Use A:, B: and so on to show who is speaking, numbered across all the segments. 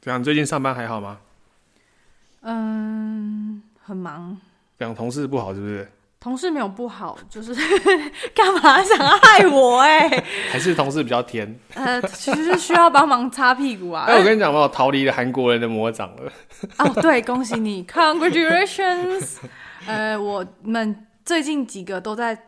A: 怎样？最近上班还好吗？
B: 嗯，很忙。
A: 怎样？同事不好是不 是？
B: 同事没有不好，就是 干嘛想要害我、哎，
A: 还是同事比较甜？
B: 呃，其实是需要帮忙擦屁股啊
A: 哎、。我跟你讲吧，我逃离了韩国人的魔掌了。
B: 哦，对，恭喜你 ，Congratulations！呃，我们最近几个都在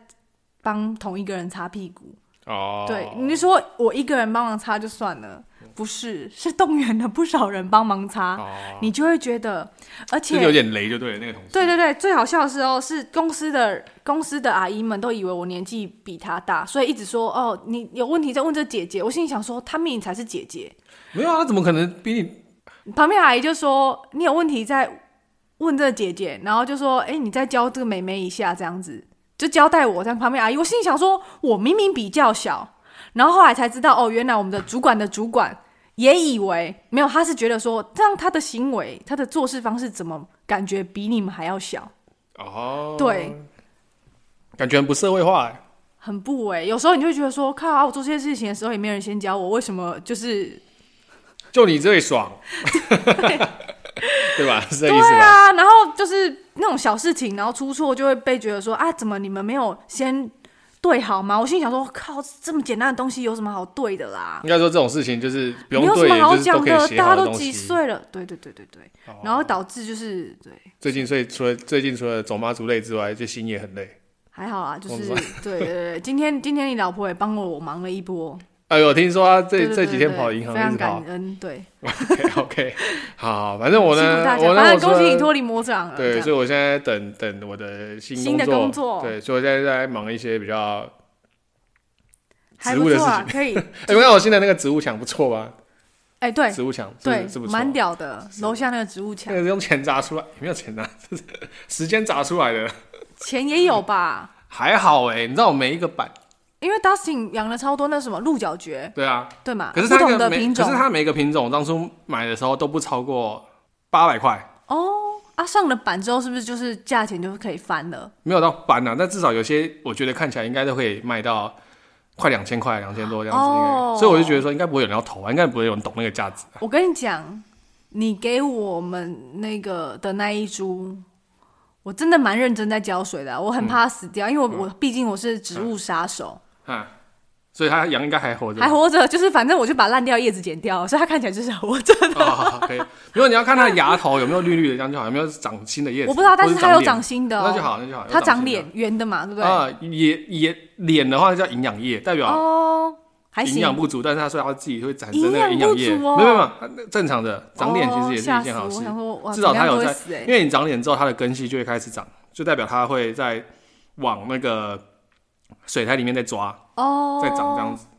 B: 帮同一个人擦屁股。
A: 哦，嗯
B: 对，你说我一个人帮忙擦就算了，不是，是动员了不少人帮忙擦，
A: 哦，
B: 你就会觉得，而且
A: 是有点雷就对了，那个同事。
B: 对对对，最好笑的是哦，是公司的公司的阿姨们都以为我年纪比她大，所以一直说哦，你有问题再问这姐姐。我心里想说，她命才是姐姐。
A: 没有啊，怎么可能比你？
B: 旁边阿姨就说，你有问题再问这姐姐，然后就说，哎，你再教这个妹妹一下，这样子就交代我。但旁边阿姨，我心里想说，我明明比较小，然后后来才知道哦，原来我们的主管的主管。也以为没有，他是觉得说，这样他的行为、他的做事方式怎么感觉比你们还要小？
A: 哦，
B: 对，
A: 感觉很不社会化欸。
B: 很不哎、有时候你就会觉得说，靠、啊，我做这些事情的时候也没有人先教我，为什么就是
A: 就你最爽， 对吧？是这
B: 对
A: 个意思吧？
B: 啊？然后就是那种小事情，然后出错就会被觉得说啊，怎么你们没有先对好吗？我心里想说，靠，这么简单的东西有什么好对的啦？
A: 应该说这种事情就是不用
B: 没有什
A: 对，
B: 么好
A: 就是都
B: 讲
A: 可以
B: 的，
A: 写
B: 大家
A: 好的
B: 都
A: 东
B: 几
A: 西。哦
B: 岁了，对对对对对，然后导致就是对，
A: 最近所以除了最近除了走妈族累之外，就心也很累。
B: 还好啦，就是
A: 我
B: 对对对，今天今天你老婆也帮我我忙了一波，
A: 哎呦，听说他这
B: 对对
A: 这
B: 对
A: 几天
B: 对
A: 跑银行
B: 非
A: 一
B: 常
A: 直跑
B: 感。恩，对，
A: OK OK，好，反正我
B: 辛苦
A: 呢
B: 大，家，
A: 我呢，
B: 反
A: 我
B: 正恭喜你
A: 除了
B: 脱离魔掌了，这
A: 对，
B: 样
A: 所以我现在等等我的新
B: 新的工作
A: 对，所以我现在在忙一些比较。
B: 还
A: 植
B: 不
A: 物的
B: 错啊
A: 事，
B: 可以，
A: 哎，我看我新的那个植物墙不错吧？
B: 哎，对，
A: 植物墙是
B: 对，
A: 是不错，
B: 蛮屌的。楼下那个植物
A: 那
B: 墙
A: 个是用钱砸出来，也没有钱砸，这 是时间砸出来的。
B: 钱也有吧？
A: 还好哎、你知道我每一个版，
B: 因为 Dustin 养了超多那什么鹿角蕨，
A: 对啊，
B: 对嘛？
A: 可是
B: 不
A: 它那
B: 同
A: 个
B: 的
A: 每，
B: 品
A: 可
B: 种
A: 是它每个品种当初买的时候都不超过八百块，
B: 哦啊，上了版之后是不是就是价钱就可以翻了？
A: 没有到版啊，但至少有些我觉得看起来应该都可以卖到快两千块、两千多这样子，应该
B: 哦
A: 所以我就觉得说应该不会有人要投啊，应该不会有人懂那个价值。
B: 我跟你讲，你给我们那个的那一株，我真的蛮认真在浇水的啊、我很怕它死掉，因为我我毕竟我是植物杀手，
A: 啊，所以它羊应该还活着，
B: 还活着，就是反正我就把烂掉叶子剪掉，所以它看起来就是活着
A: 哦
B: 的。
A: 好好可以。如果你要看它的芽头有没有绿绿的，这样就好，有没有长新的叶子，
B: 我不知道，但是它有
A: 或者
B: 长
A: 长
B: 新的、
A: 脸，
B: 哦，
A: 那就好，那就好。
B: 它
A: 有
B: 长
A: 新的
B: 脸圆的嘛，对不对？
A: 啊，也也脸的话叫营养液，代表
B: 哦，还
A: 营
B: 行，
A: 养不足，但是它说它自己会产生那个营养液，
B: 营养不足哦
A: 没有没有没有，它那正常的长脸其实也是
B: 哦
A: 一件好
B: 吓死
A: 事
B: 我我，想说，哇，
A: 至少它有
B: 怎么样都
A: 在
B: 会死欸
A: 因为你长脸之后，它的根系就会开始长，就代表它会在往那个水苔里面再抓，
B: 哦，
A: 再长这样。子。对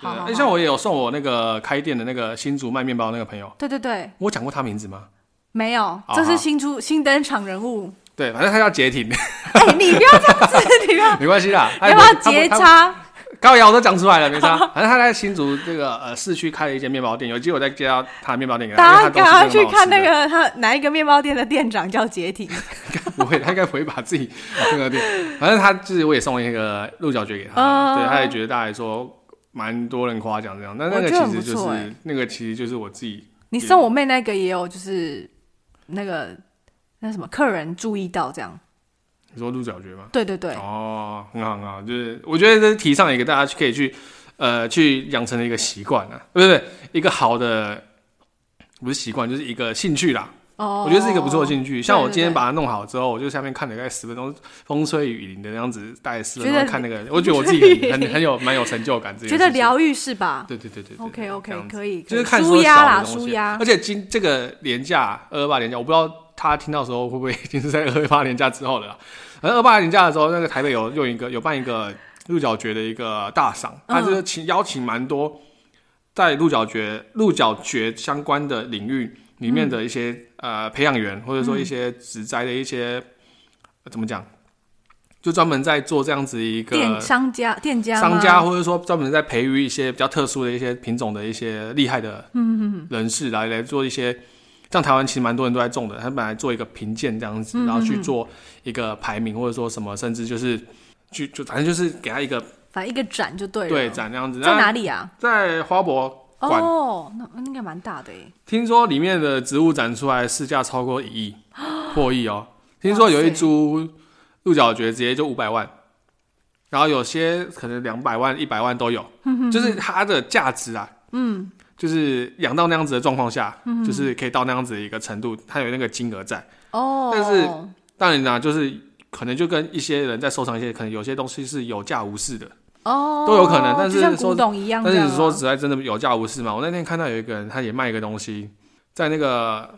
B: 好好
A: 哎
B: 好
A: 像我也有送我那个开店的那个新竹卖面包那个朋友，
B: 对对对，
A: 我讲过他名字吗？
B: 没有，
A: 好
B: 这是新出新登场人物。
A: 对，反正他叫杰婷，
B: 哎，你不要这样子， 你不 要，
A: 没关系 啦。 他
B: 你要不
A: 不他
B: 要
A: 不
B: 结
A: 他不
B: 扎？
A: 高瑶我都讲出来了，没差。反正他在新竹这个呃市区开了一间面包店，有机会我再介绍他的面包店给他。
B: 大
A: 因
B: 家
A: 为
B: 赶
A: 他
B: 快
A: 东西
B: 去
A: 真的蛮好吃
B: 看那
A: 的，
B: 个他哪一个面包店的店长叫杰婷，
A: 不会，他应该不会把自己啊那个店。反正他就是我也送了一个鹿角蕨给他，
B: 嗯
A: 对，他也觉得大家说蛮多人夸奖这样。那那
B: 我
A: 个
B: 觉得很
A: 其实就
B: 不
A: 是、
B: 错欸
A: 那个其实就是我自己
B: 你送我妹那个也有，就是那个那什么客人注意到这样。
A: 你说鹿角蕨吗？
B: 对对对，
A: 哦，很好很好，就是我觉得这是提倡一个大家可以去呃去养成的一个习惯啊，不是不是一个好的不是习惯，就是一个兴趣啦。
B: 哦，
A: 我觉得是一个不错的兴趣。像我今天
B: 对对
A: 把它弄好之后，我就下面看了大概十分钟，风吹雨淋的那样子，大概十分
B: 觉
A: 钟
B: 得
A: 看那个，我觉得我自
B: 风吹雨
A: 己
B: 淋
A: 很很很有蛮有成就感这件事
B: 觉
A: 情。
B: 得疗愈是吧
A: 对对对对对
B: ？OK
A: 这
B: OK，
A: 样子
B: 可以，
A: 就是
B: 可以
A: 看
B: 舒
A: 说
B: 压
A: 少
B: 啦，
A: 的东
B: 舒
A: 西
B: 压
A: 而。且今这个廉价二二八廉价，我不知道他听到的时候会不会 已经是在二二八廉价之后了啦。而二八廉价的时候，那个台北有用一个有办一个鹿角蕨的一个大赏，他
B: 嗯
A: 就是请邀请蛮多在鹿角蕨鹿角蕨相关的领域里面
B: 嗯
A: 的一些、呃培养员，或者说一些植栽的一些、呃怎么讲，就专门在做这样子一个
B: 店商家啊店家吗
A: 商家或者说专门在培育一些比较特殊的一些品种的一些厉害的人士来来做一些，像台湾其实蛮多人都在种的，他本来做一个评鉴这样
B: 嗯
A: 子，然后去做一个排名或者说什么，甚至就是去就反正就是给他一个
B: 反正一个展就对了。啊
A: 对展这样子。
B: 在
A: 那
B: 哪里啊？
A: 在花博馆，
B: 哦，那那应该蛮大的欸诶。
A: 听说里面的植物展出来市价超过一亿，破亿哦。听说有一株鹿角蕨直接就五百万，然后有些可能两百万、一百万都有，就是它的价值啊，嗯，就是养到那样子的状况下，就是可以到那样子的一个程度，它有那个金额在。
B: 哦，
A: 但是当然啦、就是可能就跟一些人在收藏一些，可能有些东西是有价无市的，
B: 哦
A: 都有可能但
B: 就是像
A: 说
B: 古董一样这
A: 但
B: 样啊，
A: 是你说实在真的有价无市嘛？我那天看到有一个人，他也卖一个东西，在那个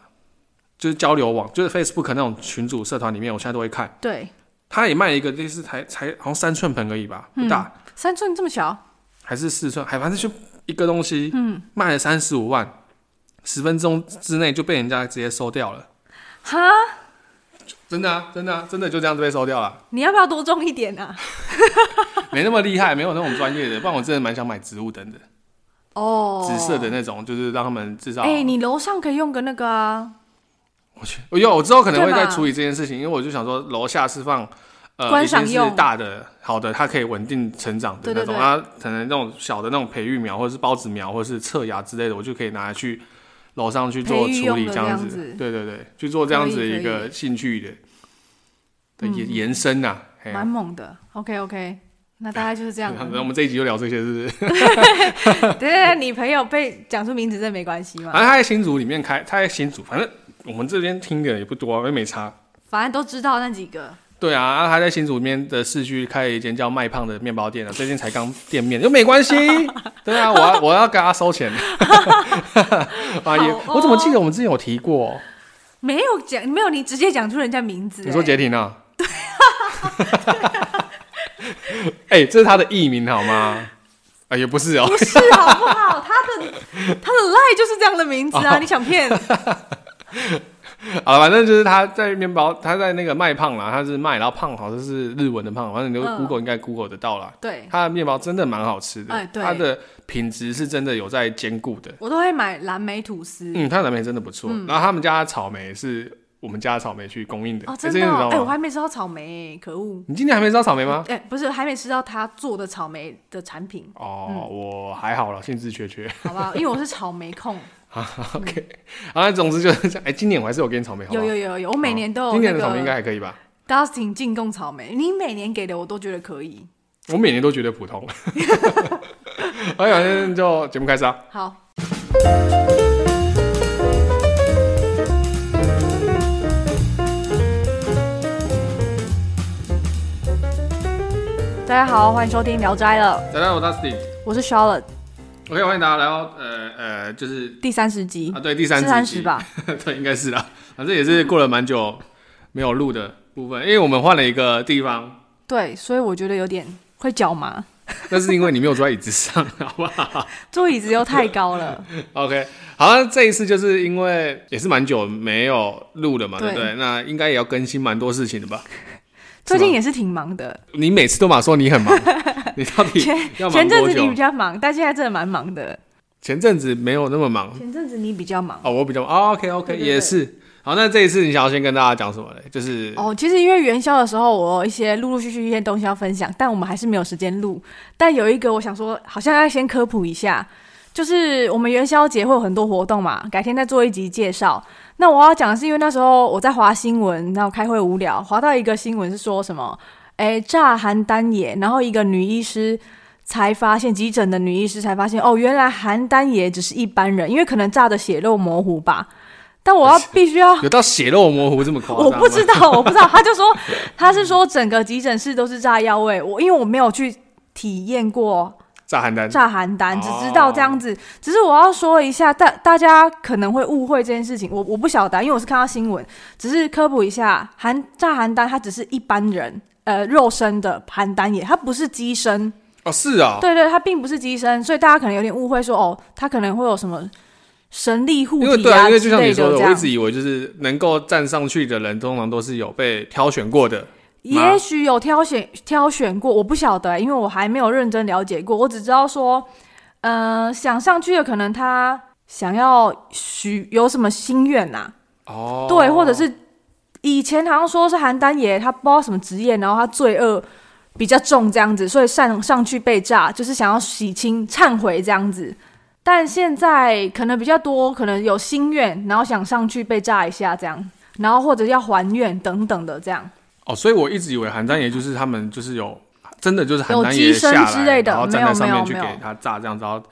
A: 就是交流网，就是 Facebook 那种群组社团里面，我现在都会看。
B: 对，
A: 他也卖一个类似才才好像三寸盆而已吧，不大，
B: 三寸这么小，
A: 还是四寸，还反正就一个东西，嗯，卖了三十五万，十分钟之内就被人家直接收掉了。
B: 哈，
A: 真的啊，真的啊，真的就这样子被收掉了，
B: 你要不要多种一点啊？
A: 没那么厉害，没有那种专业的，不然我真的蛮想买植物灯的，
B: 哦，
A: 紫色的那种，就是让他们至少。
B: 哎、你楼上可以用个那个啊，
A: 我去，我哦有，我之后可能会
B: 对吧
A: 再处理这件事情，因为我就想说，楼下是放呃
B: 观
A: 一些
B: 赏
A: 是
B: 用
A: 大的好的，它可以稳定成长的
B: 对
A: 那
B: 对
A: 种，
B: 对
A: 它可能那种小的那种培育苗或者是孢子苗或者是侧芽之类的，我就可以拿去楼上去做
B: 培育
A: 处理
B: 用
A: 样
B: 的这样子
A: 对对对，去做这样子
B: 可以
A: 一
B: 可
A: 个兴趣的的延延伸呐、嘿
B: 蛮猛的。OK OK，那大概就是这样
A: 那我
B: 了。
A: 们这一集就聊这些，是不是？
B: 对 对，你朋友被讲出名字这没关系嘛
A: 反，正 他在新组里面开，他在新组，反正我们这边听的也不多、啊，也没差。
B: 反正都知道那几个。
A: 对啊，啊他在新竹里面的市区开了一间叫麦胖的面包店啊，最近才刚店面，又没关 系。对啊，我要我要给他收钱。啊也，
B: 好哦
A: 我怎么记得我们之前有提过？哦
B: 没有讲，没有你直接讲出人家名字、
A: 你说
B: 哎
A: 杰婷啊？对啊。 哎，这是他的艺名好吗？啊，也不是哦。
B: 不是好不好？他的他的赖就是这样的名字 啊！你想骗？
A: 好了，啊反正就是他在面包，他在那个麦胖啦，他是麦，然后胖好像是日文的胖，反正你就
B: 嗯
A: Google 应该 Google 得到啦。
B: 对，
A: 它的面包真的蛮好吃的，
B: 哎对
A: 它的品质是真的有在兼顾的。
B: 我都会买蓝莓吐司。
A: 嗯，它的蓝莓真的不错。然后他们家的草莓是我们家的草莓去供应的。
B: 哦，
A: 哎
B: 真
A: 这
B: 的、
A: 件事
B: 哦！
A: 你
B: 哎、
A: 知道
B: 我
A: 吗
B: 还没吃到草莓，可恶！
A: 你今天还没吃到草莓吗？
B: 哎、不是，还没吃到他做的草莓的产品，
A: 哦，我还好了，兴致缺缺。
B: 好不好？因为我是草莓控，
A: OK，啊，总之就是这样。哎，今年我还是有给你草 莓，好不
B: 有
A: 好
B: 有有有，我每年都有、那
A: 好
B: 个。
A: 今年的草莓应该还可以吧？
B: Dustin 进贡草莓，你每年给的我都觉得可以。
A: 我每年都觉得普通。 哎呀，那就节目开始啊！
B: 好，大家好，欢迎收听《聊斋》了，
A: 大家好，我是 Dustin。
B: 我是 Charlotte，
A: OK，欢迎大家来到呃呃，就是
B: 第三十集
A: 啊，，对，第三
B: 是
A: 十
B: 嗯三
A: 集
B: 十吧？
A: 对，应该是啦。反正也是过了蛮久没有录的部分，因为我们换了一个地方，
B: 对，所以我觉得有点会脚麻，
A: 那是因为你没有坐在椅子上， 好不好
B: 座椅子又太 高了。
A: ？OK，好，那这一次就是因为也是蛮久没有录了嘛，对
B: 对
A: 不对？那应该也要更新蛮多事情的吧？
B: 最近也是挺忙的，
A: 你每次都嘛说你 很忙，你到底要忙
B: 前阵
A: 多
B: 子你
A: 久？
B: 比较忙，但现在真的蛮忙的。
A: 前阵子没有那么忙
B: 前阵子你比较忙。
A: 哦，我比较忙、哦、OK OK，
B: 对对对
A: 也是。好，那这一次你想要先跟大家讲什么嘞？就是
B: 哦，其实因为元宵的时候，我有一些陆陆续续一些东西要分享，但我们还是没有时间录。但有一个我想说，好像要先科普一下，就是我们元宵节会有很多活动嘛，改天再做一集介绍。那我要讲的是，因为那时候我在划新闻，然后开会无聊，划到一个新闻是说什么，诶，炸邯郸野，然后一个女医师。才发现急诊的女医师才发现，哦，原来邯郸野只是一般人，因为可能炸的血肉模糊吧。但我要必须要
A: 有到血肉模糊这么夸张
B: 我
A: 吗？
B: 不知道，我不知道。他就说 他是说整个急诊室都是炸药味，我因为我没有去体验过
A: 炸邯郸
B: 炸邯郸，
A: 哦
B: 只知道这样子。只是我要说一下，大大家可能会误会这件事情，我我不晓得，因为我是看到新闻，只是科普一下，邯炸邯郸它只是一般人。呃，肉身的邯郸野，它不是鸡身，
A: 哦，是啊、哦，
B: 对对，它并不是鸡身，所以大家可能有点误会说，哦，它可能会有什么神力护
A: 因为
B: 体
A: 对啊，因为
B: 之
A: 就像
B: 类
A: 你
B: 的
A: 说
B: 这
A: 的，我一
B: 样。
A: 直以为就是能够站上去的人，通常都是有被挑选过的。吗
B: 也许有挑选挑选过，我不晓得、因为我还没有认真了解过。我只知道说，呃，想上去的可能他想要许有什么心愿呐、
A: 哦
B: 对，或者是以前好像说是邯郸爷，他不知道什么职业，然后他罪恶比较重这样子，所以上上去被炸，就是想要洗清、忏悔这样子。但现在可能比较多，可能有心愿，然后想上去被炸一下这样，然后或者要还愿等等的这样。
A: 哦，所以我一直以为邯郸爷就是他们就是有真的就是邯
B: 有
A: 郸
B: 机
A: 爷
B: 身
A: 下来，
B: 之类的
A: 然后
B: 没
A: 站
B: 有
A: 在上
B: 没有
A: 面去
B: 没有
A: 给他炸这样子，然后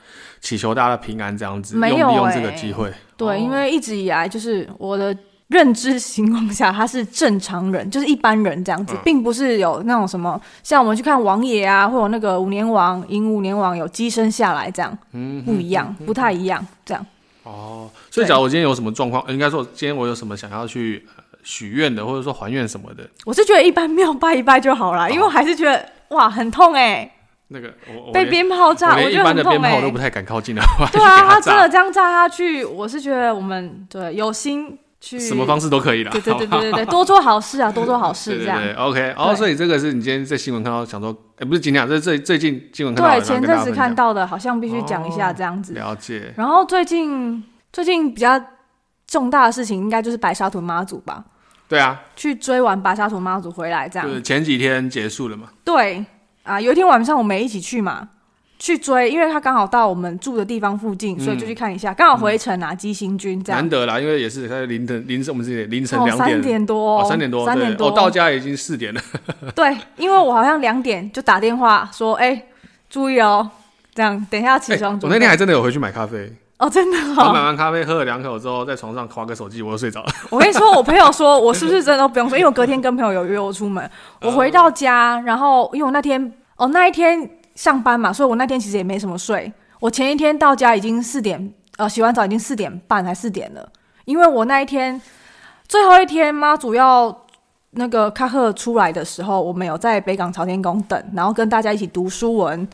A: 祈求大家的平安这样子，
B: 没
A: 用
B: 有
A: 利用这个
B: 欸
A: 机会。
B: 对，
A: 哦
B: 因为一直以来就是我的认知情况下，他是正常人，就是一般人这样子，
A: 嗯
B: 并不是有那种什么像我们去看王爷啊，或有那个五年王、迎五年王有机身下来这样，
A: 嗯
B: 不一样，不太一样这样。
A: 哦，所以假如我今天有什么状况，呃应该说今天我有什么想要去呃许愿的，或者说还愿什么的，
B: 我是觉得一般庙拜一拜就好
A: 哦
B: 啦，因为我还是觉得哇很痛哎、
A: 那个我我
B: 被
A: 连
B: 鞭炮
A: 我
B: 炸，我
A: 连一
B: 觉得
A: 般
B: 很
A: 的
B: 痛
A: 鞭
B: 哎、
A: 炮我都不太敢靠近的话，
B: 对啊，
A: 他
B: 他真的这样炸下去，我是觉得我们对有心去
A: 什么方式都可以啦。
B: 对对对对 对对，多做好事啊，多做好事
A: 对
B: 这
A: 对
B: 样。
A: 对，OK，哦，
B: 对
A: 所以这个是你今天在新闻看到，想说，哎，不是今天啊，这最最近新闻看到的，
B: 对，前
A: 然
B: 阵
A: 后跟
B: 子
A: 大家
B: 看
A: 分
B: 到的，好像必须讲一下这样
A: 享
B: 子。
A: 了解，
B: 然后最近最近比较重大的事情，应该就是白沙屯妈祖吧，
A: 对啊，
B: 去追完白沙屯妈祖回来这样
A: 就。是前几天结束了嘛，
B: 对啊，有一天晚上我们一起去嘛，去追，因为他刚好到我们住的地方附近，所以就
A: 嗯
B: 去看一下，刚好回程啊，鸡星军这样
A: 难。得啦，因为也是在凌晨凌晨我们是凌晨
B: 哦，
A: 两
B: 三
A: 点。
B: 点多
A: 哦，
B: 哦，
A: 三点多，
B: 三点
A: 对
B: 多，
A: 我到家已经四点了。
B: 对，因为我好像两点就打电话说，哎、注意哦，这样等一下 起
A: 哎
B: 床
A: 我
B: 准备。
A: 那天还真的有回去买咖 啡，
B: 哦，真的
A: 然后
B: 哦
A: 买，完咖啡喝了两口之后，在床上划个手机，我就睡着 了。
B: 我跟你说，我朋友说我是不是真的都不用说，因为我隔天跟朋友有约我出门，我回到家，然后因为我那天哦那一天上班嘛，所以我那天其实也没什么睡。我前一天到家已经四点，呃，洗完澡已经四点半还四点了，因为我那一天最后一天妈祖要那个卡赫出来的时候，我们有在北港朝天宫等，然后跟大家一起读书文，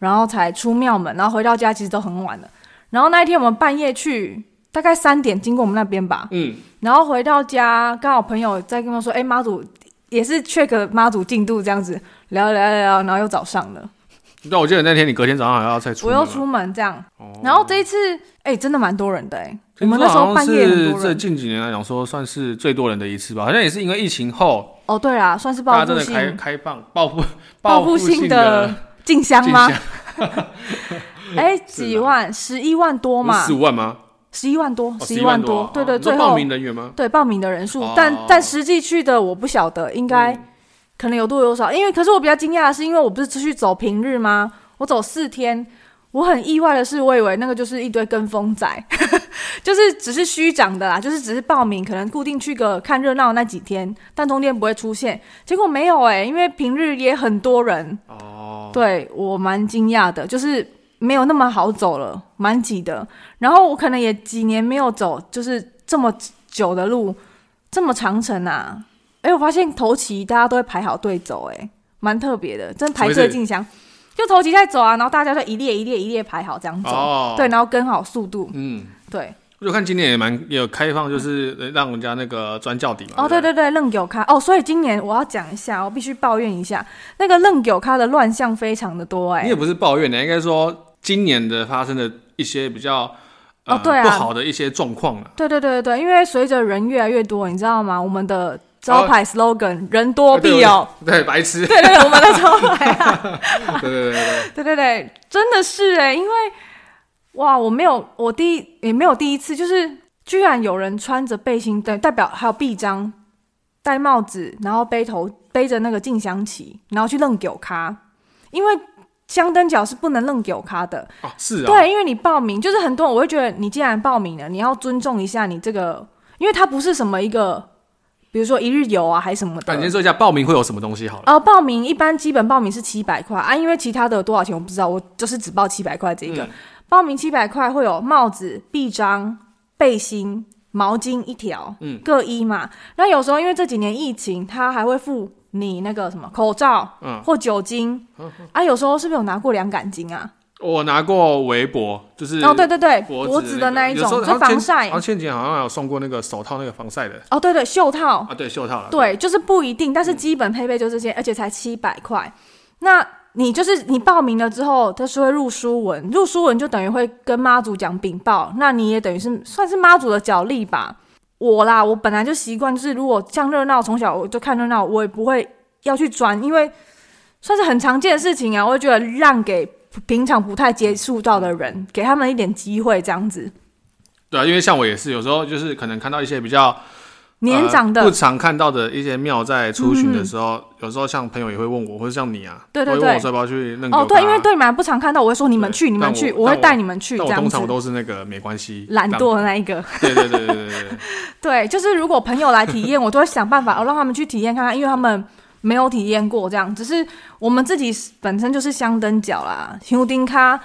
B: 然后才出庙门，然后回到家其实都很晚了。然后那一天我们半夜去，大概三点经过我们那边吧，
A: 嗯，
B: 然后回到家，刚好朋友在跟我说：“哎、妈祖也是 check 妈祖进度这样子，聊一聊聊一聊，然后又早上了，
A: 对，我记得那天你隔天早上还要再出
B: 我
A: 门嘛。
B: 又出门这样。
A: 哦
B: 然后这一次，哎、真的蛮多人的哎、我
A: 听
B: 们
A: 说
B: 那时
A: 好
B: 候
A: 像
B: 半夜很
A: 是
B: 多
A: 这
B: 人。
A: 近几年来讲说算是最多人的一次吧，好像也是因为疫情后，
B: 哦，对啦，算是
A: 大
B: 报
A: 家真
B: 复
A: 的开
B: 性
A: 开放报复
B: 报
A: 复
B: 复性
A: 的
B: 的进香吗
A: 进？
B: 哎、几万，十一万多嘛
A: 十，五万吗？
B: 十一万多，
A: 哦
B: 十一
A: 11
B: 万
A: 多
B: 多
A: 啊，，
B: 对
A: 哦
B: 对，
A: 你说
B: 最
A: 报
B: 后
A: 名人员吗？
B: 对报名的人数
A: 哦，
B: 但但实际去的我不晓得，应该
A: 嗯
B: 可能有多有少，因为可是我比较惊讶的是，因为我不是出去走平日吗？我走四天，我很意外的是，我以为那个就是一堆跟风仔， 就是只是虚长的啦，就是只是报名，可能固定去个看热闹的那几天，但中间不会出现。结果没有哎、因为平日也很多人，
A: 哦，
B: 对我蛮惊讶的，就是没有那么好走了，蛮挤的。然后我可能也几年没有走，就是这么久的路，这么长程啊。哎、我发现头旗大家都会排好队走、哎，蛮特别的，真排
A: 什么
B: 队
A: 意思
B: 进香，就头旗在走啊，然后大家就一列一列一列排好这样走，
A: 哦
B: 对，然后跟好速度，
A: 嗯，
B: 对，
A: 我就看今年也蛮也有开放，就是呃让人家那个钻教底嘛。
B: 嗯哦，
A: 对
B: 对
A: 不对，
B: 对对，愣狗咖哦，所以今年我要讲一下，我必须抱怨一下，那个愣狗咖的乱象非常的多、
A: 你
B: 哎
A: 也，不是抱怨的，应该说今年的发生的一些比较呃
B: 哦对啊
A: 不好的一些状况啊了。
B: 对对对对对，因为随着人越来越多，你知道吗？我们的招牌 slogan“ 人多必有
A: 啊对，对白痴”，，
B: 哦对对对，我们的招牌啊，
A: 对对对对，
B: 对对对，真的是哎、因为哇，我没有，我第一也没有第一次，就是居然有人穿着背心，对，代表还有臂章，戴帽子，然后背头背着那个静香旗，然后去愣狗咖，因为香灯脚是不能愣狗咖的，
A: 哦是啊，
B: 对，因为你报名，就是很多人我会觉得你既然报名了，你要尊重一下你这个，因为它不是什么一个，比如说一日游啊还是什么
A: 那
B: 的
A: 你。先说一下报名会有什么东西好了。
B: 呃，报名一般基本报名是七百块啊，因为其他的有多少钱我不知道，我就是只报七百块这一个。
A: 嗯
B: 报名七百块会有帽子、臂章、背心、毛巾一条，
A: 嗯，
B: 各一嘛。那有时候因为这几年疫情，他还会付你那个什么口罩，
A: 嗯
B: 或酒精，啊，有时候是不是有拿过两杆巾啊？
A: 我拿过围脖，就是
B: 哦，对对对，
A: 脖
B: 脖
A: 子
B: 子的那
A: 个
B: 一
A: 有时
B: 种，
A: 候
B: 就
A: 好像前
B: 防晒
A: 好。像前几年好像还有送过那个手套，那个防晒的
B: 哦，对对，袖套，
A: 啊，对，嗯袖套了。
B: 对，就是不一定，但是基本配备就这些，而且才七百块。那你就是你报名了之后，他是会入书文，入书文就等于会跟妈祖讲禀报，那你也等于是算是妈祖的角力吧。我啦，我本来就习惯，就是如果像热闹，从小我就看热闹，我也不会要去钻，因为算是很常见的事情啊，我会觉得让给平常不太接触到的人，给他们一点机会，这样子。
A: 对啊，因为像我也是，有时候就是可能看到一些比较
B: 年长的，嗯
A: 呃不常看到的一些庙在出巡的时候，有时候像朋友也会问我，或者像你啊，
B: 对对
A: 会
B: 对
A: 问我说要不要去那个
B: 哦，对，因为对你们不常看到，我会说你们
A: 对
B: 去，你们
A: 但
B: 去，
A: 我
B: 我会
A: 但我
B: 带你们去，
A: 但我
B: 这样
A: 通
B: 子
A: 常我。都是那个没关系，
B: 懒惰的那一个，
A: 这样。对对对对对对对，
B: 对，就是如果朋友来体验，我都会想办法哦让他们去体验看看，因为他们没有体验过这样。只是我们自己本身就是香灯脚啦，香丁咖，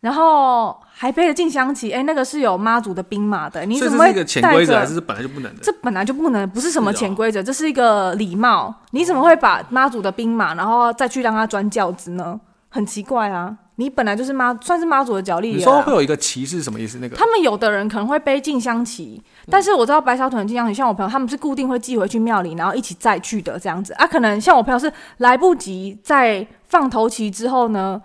B: 然后还背着静香旗，哎，那个是有妈祖的兵马的，你
A: 所
B: 怎
A: 以
B: 么
A: 这
B: 会
A: 是一个潜
B: 带
A: 规则，还
B: 着？
A: 是本来就不能的？
B: 这本来就不能，不是什么
A: 是哦
B: 潜规则，这是一个礼貌。你怎么会把妈祖的兵马，然后再去让他钻轿子呢？很奇怪啊！你本来就是妈，算是妈祖的角力
A: 你
B: 人啊、
A: 说会有一个歧视是什么意思？那个
B: 他们有的人可能会背静香旗，
A: 嗯
B: 但是我知道白小屯的静香旗，像我朋友他们是固定会寄回去庙里，然后一起再去的这样子啊。可能像我朋友是来不及在放头旗之后呢，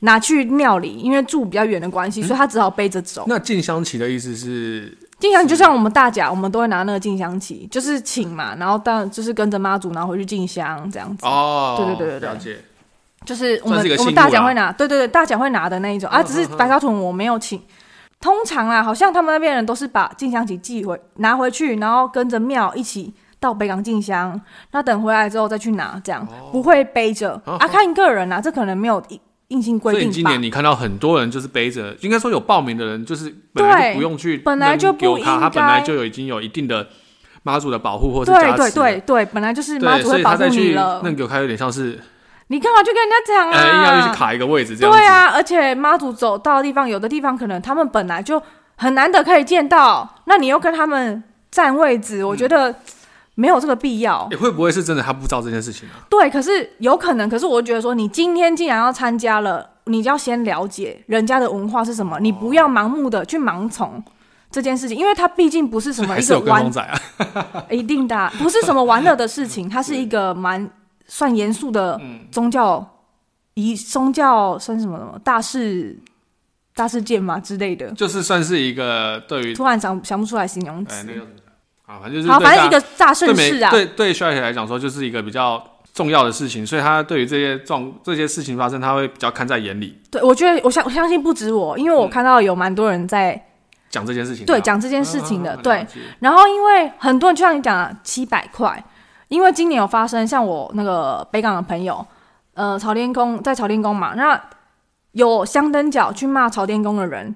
B: 拿去庙里，因为住比较远的关
A: 嗯
B: 系，所以他只好背着走。
A: 哦那静香旗的意思是
B: 静香旗就像我们大甲，我们都会拿那个静香旗，就是请嘛，然后当然就是跟着妈祖，然后回去进香这样子。
A: 哦，
B: 对对对对对
A: 了解。
B: 就是我们
A: 算是一个
B: 我
A: 信
B: 们
A: 物
B: 大奖
A: 啦
B: 会拿，对对对，大奖会拿的那一种啊，
A: 嗯
B: 只是
A: 嗯嗯
B: 白小屯我没有请。通常啊，好像他们那边人都是把进香旗寄回拿回去，然后跟着庙一起到北港进香，那等回来之后再去拿，这样、不会背着
A: 哦
B: 啊，看个人啊，这可能没有硬硬性
A: 所以
B: 规定
A: 今
B: 吧
A: 年。你看到很多人就是背着，应该说有报名的人，就是本来
B: 对
A: 就不用去扔丢它，
B: 本来就不应该
A: 他本来就有已经有一定的妈祖的保护或是加
B: 对
A: 持，
B: 对对对，本来就是妈
A: 对，
B: 祖
A: 所
B: 会
A: 以
B: 保
A: 他
B: 护
A: 再
B: 你
A: 去
B: 了，
A: 那给我看有点像是
B: 你干嘛去跟人家讲啊？
A: 呃硬要去卡一个位置这样子。
B: 对啊，而且妈祖走到的地方，有的地方可能他们本来就很难得可以见到，那你又跟他们占位
A: 嗯
B: 置，我觉得没有这个必要。
A: 欸会不会是真的他不知道这件事情啊？
B: 对，可是有可能，可是我觉得说，你今天既然要参加了，你就要先了解人家的文化是什么，你不要盲目的去盲从。这件事情，因为它毕竟不是什么
A: 还
B: 一
A: 是
B: 个
A: 有跟
B: 玩
A: 风仔啊？
B: 一定的啊、不是什么玩乐的事情，它是一个蛮算严肃的
A: 嗯
B: 宗教仪、宗教算什么什么大事大事件嘛之类的，
A: 就是算是一个对于
B: 突然想想不出来形容词
A: 哎，。那叫什么啊，反正就是
B: 好，
A: 对
B: 反正
A: 大
B: 一个大盛
A: 对每
B: 事啊，
A: 对对帅来讲说，就是一个比较重要的事情，所以他对于这些状这些事情发生，他会比较看在眼里，
B: 对我觉得我相我相信不止我，因为
A: 嗯
B: 我看到有蛮多人在、
A: 讲这件事情啊，
B: 对讲这件事情的，
A: 啊
B: 对，，然后因为很多人就像你讲了七百块，因为今年有发生，像我那个北港的朋友，呃，朝天宫在朝天宫嘛，那有香灯脚去骂朝天宫的人，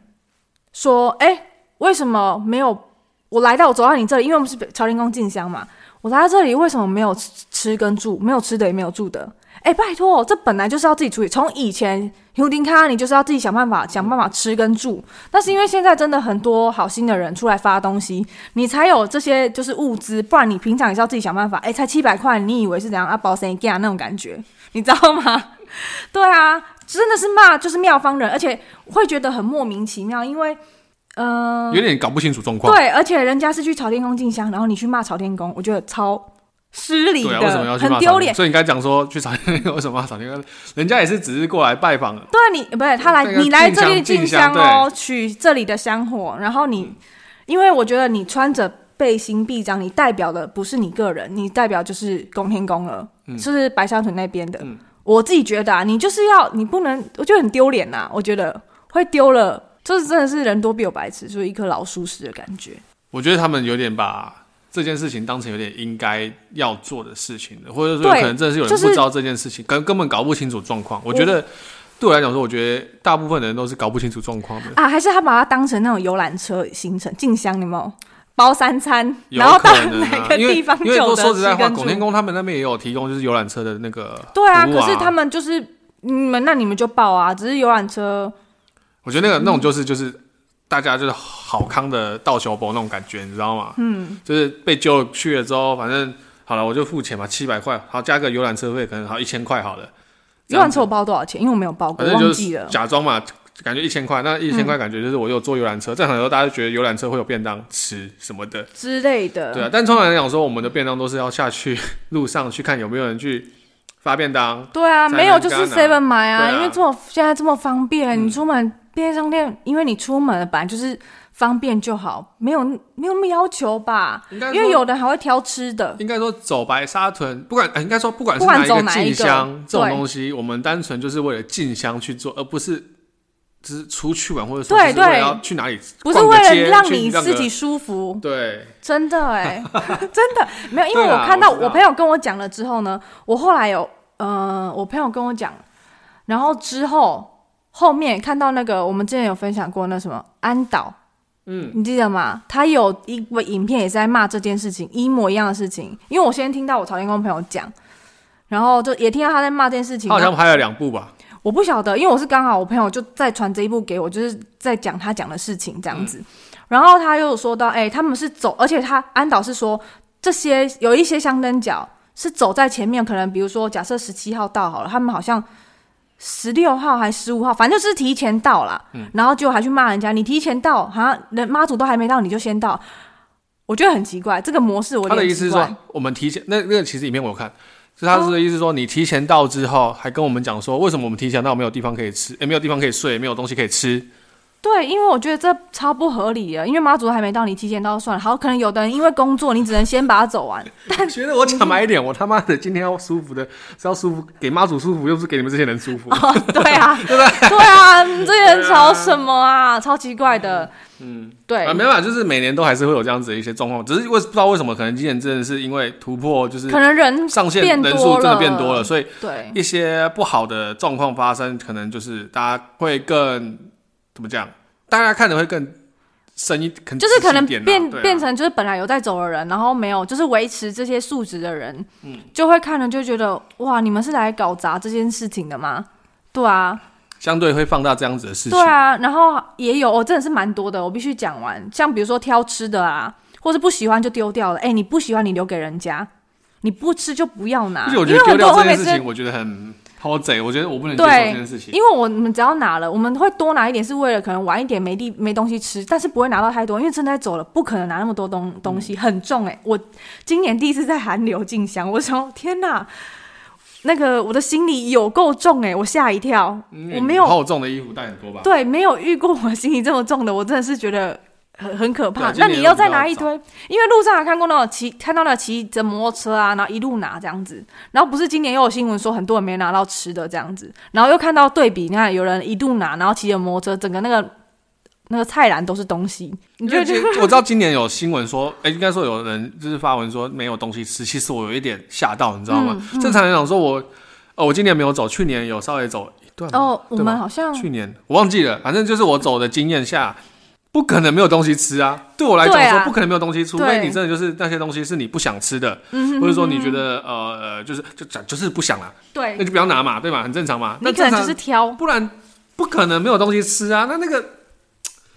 B: 说，哎、为什么没有我来到我走到你这里，因为我们是朝天宫进香嘛，我来到这里为什么没有吃吃跟住，没有吃的也没有住的？哎、拜托，这本来就是要自己处理。从以前尤丁卡，你就是要自己想办法，想办法吃跟住。但是因为现在真的很多好心的人出来发东西，你才有这些就是物资，不然你平常也是要自己想办法。哎、才七百块，你以为是怎样啊？包谁干那种感觉，你知道吗？对啊，真的是骂就是妙方人，而且会觉得很莫名其妙，因为嗯、呃
A: 有点搞不清楚状况，
B: 对，而且人家是去朝天宫进香，然后你去骂朝天宫，我觉得超失礼
A: 对
B: 的，
A: 啊，为什么要去
B: 很
A: 骂
B: 丢
A: 草
B: 脸
A: 原？。所以你刚才讲说去草原 为什么要草原？人家也是只是过来拜访，
B: 对啊，你不是他来，
A: 这个
B: 你来这里
A: 进
B: 进
A: 香嗯
B: 香哦，取这里的香火，然后你，因为我觉得你穿着背心臂章，你代表的不是你个人，你代表就是宫天宫了，
A: 嗯
B: 就是白沙屯那边的。我自己觉得啊，你就是要，你不能，我觉得很丢脸呐，我觉得会丢了，就是真的是人多必有白痴，就是一颗老鼠屎的感觉。
A: 我觉得他们有点把。这件事情当成有点应该要做的事情了，或者说
B: 对
A: 有可能真的是有人
B: 就是
A: 不知道这件事情，根、根本搞不清楚状况。我觉得对我来讲说，我觉得大部分人都是搞不清楚状况的。
B: 啊，还是他把它当成那种游览车行程进香，有没有？包三餐，
A: 有
B: 然后到
A: 可能啊
B: 哪个
A: 因为
B: 地方
A: 因为
B: 就
A: 说
B: 得
A: 说实在
B: 吃
A: 话，
B: 跟
A: 拱
B: 住
A: 天宫他们那边也有提供就是游览车的那个
B: 对啊，
A: 服务
B: 可
A: 啊，
B: 是他们就是你们那你们就报啊，只是游览车
A: 我觉得那个那种就是就是大家就是好康的倒球博那种感觉，你知道吗？嗯，就是被揪了去了之后，反正好了我就付钱嘛，七百块，好加个游览车费，可能好一千块好了，这
B: 游
A: 样
B: 览
A: 子
B: 车我报多少钱？因为我没有报过，
A: 反正
B: 忘
A: 就
B: 记
A: 是
B: 了。嗯
A: 假装嘛。感觉一千块，那一千块感觉就是我有坐游览车，正常很多大家就觉得游览车会有便当吃什么的，
B: 之类的，
A: 对啊。但通常来讲说，我们的便当都是要下去 路上去看有没有人去发便当，
B: 对啊，
A: 才
B: 没有
A: 能
B: 就是
A: 干啊
B: Seven 买啊，
A: 对啊嗯
B: 因为这么现在这么方便，你出门便利商店，因为你出门本来就是方便就好，没有没有那么要求吧？
A: 应该
B: 因为
A: 说
B: 有的还会挑吃的，
A: 应该说走白沙屯，不管、呃应该说不管是
B: 不管
A: 一个
B: 走哪一
A: 进
B: 个
A: 香这种
B: 对
A: 东西，我们单纯就是为了进香去做，而不是只是出去玩或者说
B: 对
A: 只是为了
B: 对
A: 要去哪里
B: 不
A: 逛
B: 是
A: 个
B: 为
A: 街
B: 了让
A: 去
B: 你
A: 让
B: 自
A: 个
B: 己舒服，
A: 对
B: 真的 哎、真的没有，因为
A: 对啊
B: 我看到
A: 我知道
B: 我朋友跟我讲了之后呢，我后来有呃，我朋友跟我讲，然后之后后面看到那个我们之前有分享过那什么安岛，
A: 嗯，
B: 你记得吗？他有一部影片也是在骂这件事情，一模一样的事情。因为我先听到我朝天宫朋友讲，然后就也听到他在骂这件事情，
A: 他好像拍了两部吧，
B: 我不晓得，因为我是刚好我朋友就在传这一部给我，就是在讲他讲的事情这样子。
A: 嗯
B: 然后他又说到，哎、他们是走，而且他安导是说这些有一些香灯脚是走在前面，可能比如说假设十七号到好了，他们好像十六号还十五号，反正就是提前到啦。
A: 嗯
B: 然后结果还去骂人家，你提前到，好像人妈祖都还没到你就先到，我觉得很奇怪，这个模式我有
A: 他的
B: 点
A: 意思
B: 奇
A: 是
B: 怪
A: 说，我们提前那那个其实影片我有看，是他是的意思说你提前到之后，还跟我们讲说为什么我们提前到没有地方可以吃，也、没有地方可以睡，也没有东西可以吃，
B: 对，因为我觉得这超不合理的，因为妈祖还没到，你提前到算了。好，可能有的人因为工作，你只能先把它走完。
A: 觉得我坦白一点，我他妈的今天要舒服的是要舒服，给妈祖舒服，又不是给你们这些人舒服。
B: 哦，对 啊， 对啊，这些人吵什么啊？超奇怪的。嗯，对
A: 啊，，没办法，就是每年都还是会有这样子的一些状况，只是为不知道为什么，可能今年真的是因为突破就是
B: 可能人
A: 上限
B: 变
A: 人数
B: 多
A: 真的变
B: 了
A: 多了，所以
B: 对
A: 一些不好的状况发生，可能就是大家会更怎么讲，大家看的会更深一，可
B: 就是可能
A: 仔细一点啊
B: 变、
A: 对啊
B: 变成就是本来有在走的人，然后没有就是维持这些素质的人，
A: 嗯
B: 就会看了就觉得哇，你们是来搞砸这件事情的吗？对啊，
A: 相对会放大这样子的事情
B: 对。啊，然后也有，我、真的是蛮多的，我必须讲完。像比如说挑吃的啊，或是不喜欢就丢掉了。哎、你不喜欢你留给人家，你不吃就不要拿，
A: 而且
B: 因
A: 我觉得丢
B: 为很多
A: 掉这
B: 外面
A: 件事
B: 吃
A: 情，。我觉得很偷贼，我觉得我不能接受
B: 对
A: 这件事，情。
B: 因为我们只要拿了，我们会多拿一点，是为了可能晚一点没地没东西吃，但是不会拿到太多，因为真的在走了，不可能拿那么多
A: 嗯
B: 东东西，很重哎、我今年第一次在寒流进香，我想天哪，那个我的行李有够重哎、我吓一跳，
A: 嗯因为
B: 我
A: 你
B: 没有
A: 厚重的衣服带很多吧？
B: 对，没有遇过我行李这么重的，我真的是觉得很很可怕。
A: 对今
B: 那
A: 年
B: 你
A: 又
B: 要
A: 比较
B: 再拿一堆，因为路上还看过那种骑，看到那骑着摩托车啊，然后一路拿这样子。然后不是今年又有新闻说很多人没拿到吃的这样子，然后又看到对比，你看有人一路拿，然后骑着摩托车，整个那个那个菜篮都是东西，你
A: 因
B: 就
A: 为
B: 觉
A: 今
B: 得
A: 我知道今年有新闻说，哎、应该说有人就是发文说没有东西吃，其实我有一点吓到，你知道吗？
B: 嗯
A: 正常来讲，说我哦，我今年没有走，去年有稍微走一段吧
B: 哦，我
A: 对
B: 们
A: 吧
B: 好像
A: 去年我忘记了，反正就是我走的经验下，不可能没有东西吃啊。对我来
B: 对
A: 讲
B: 啊
A: 说，不可能没有东西，除非
B: 对
A: 你真的就是那些东西是你不想吃的，
B: 嗯
A: 或者说你觉得呃呃，就是就就就是不想啦，
B: 对
A: 那，就不要拿嘛，对吧？很正常嘛。那
B: 你可能
A: 正常
B: 就是挑
A: 不然不可能没有东西吃啊。那那个，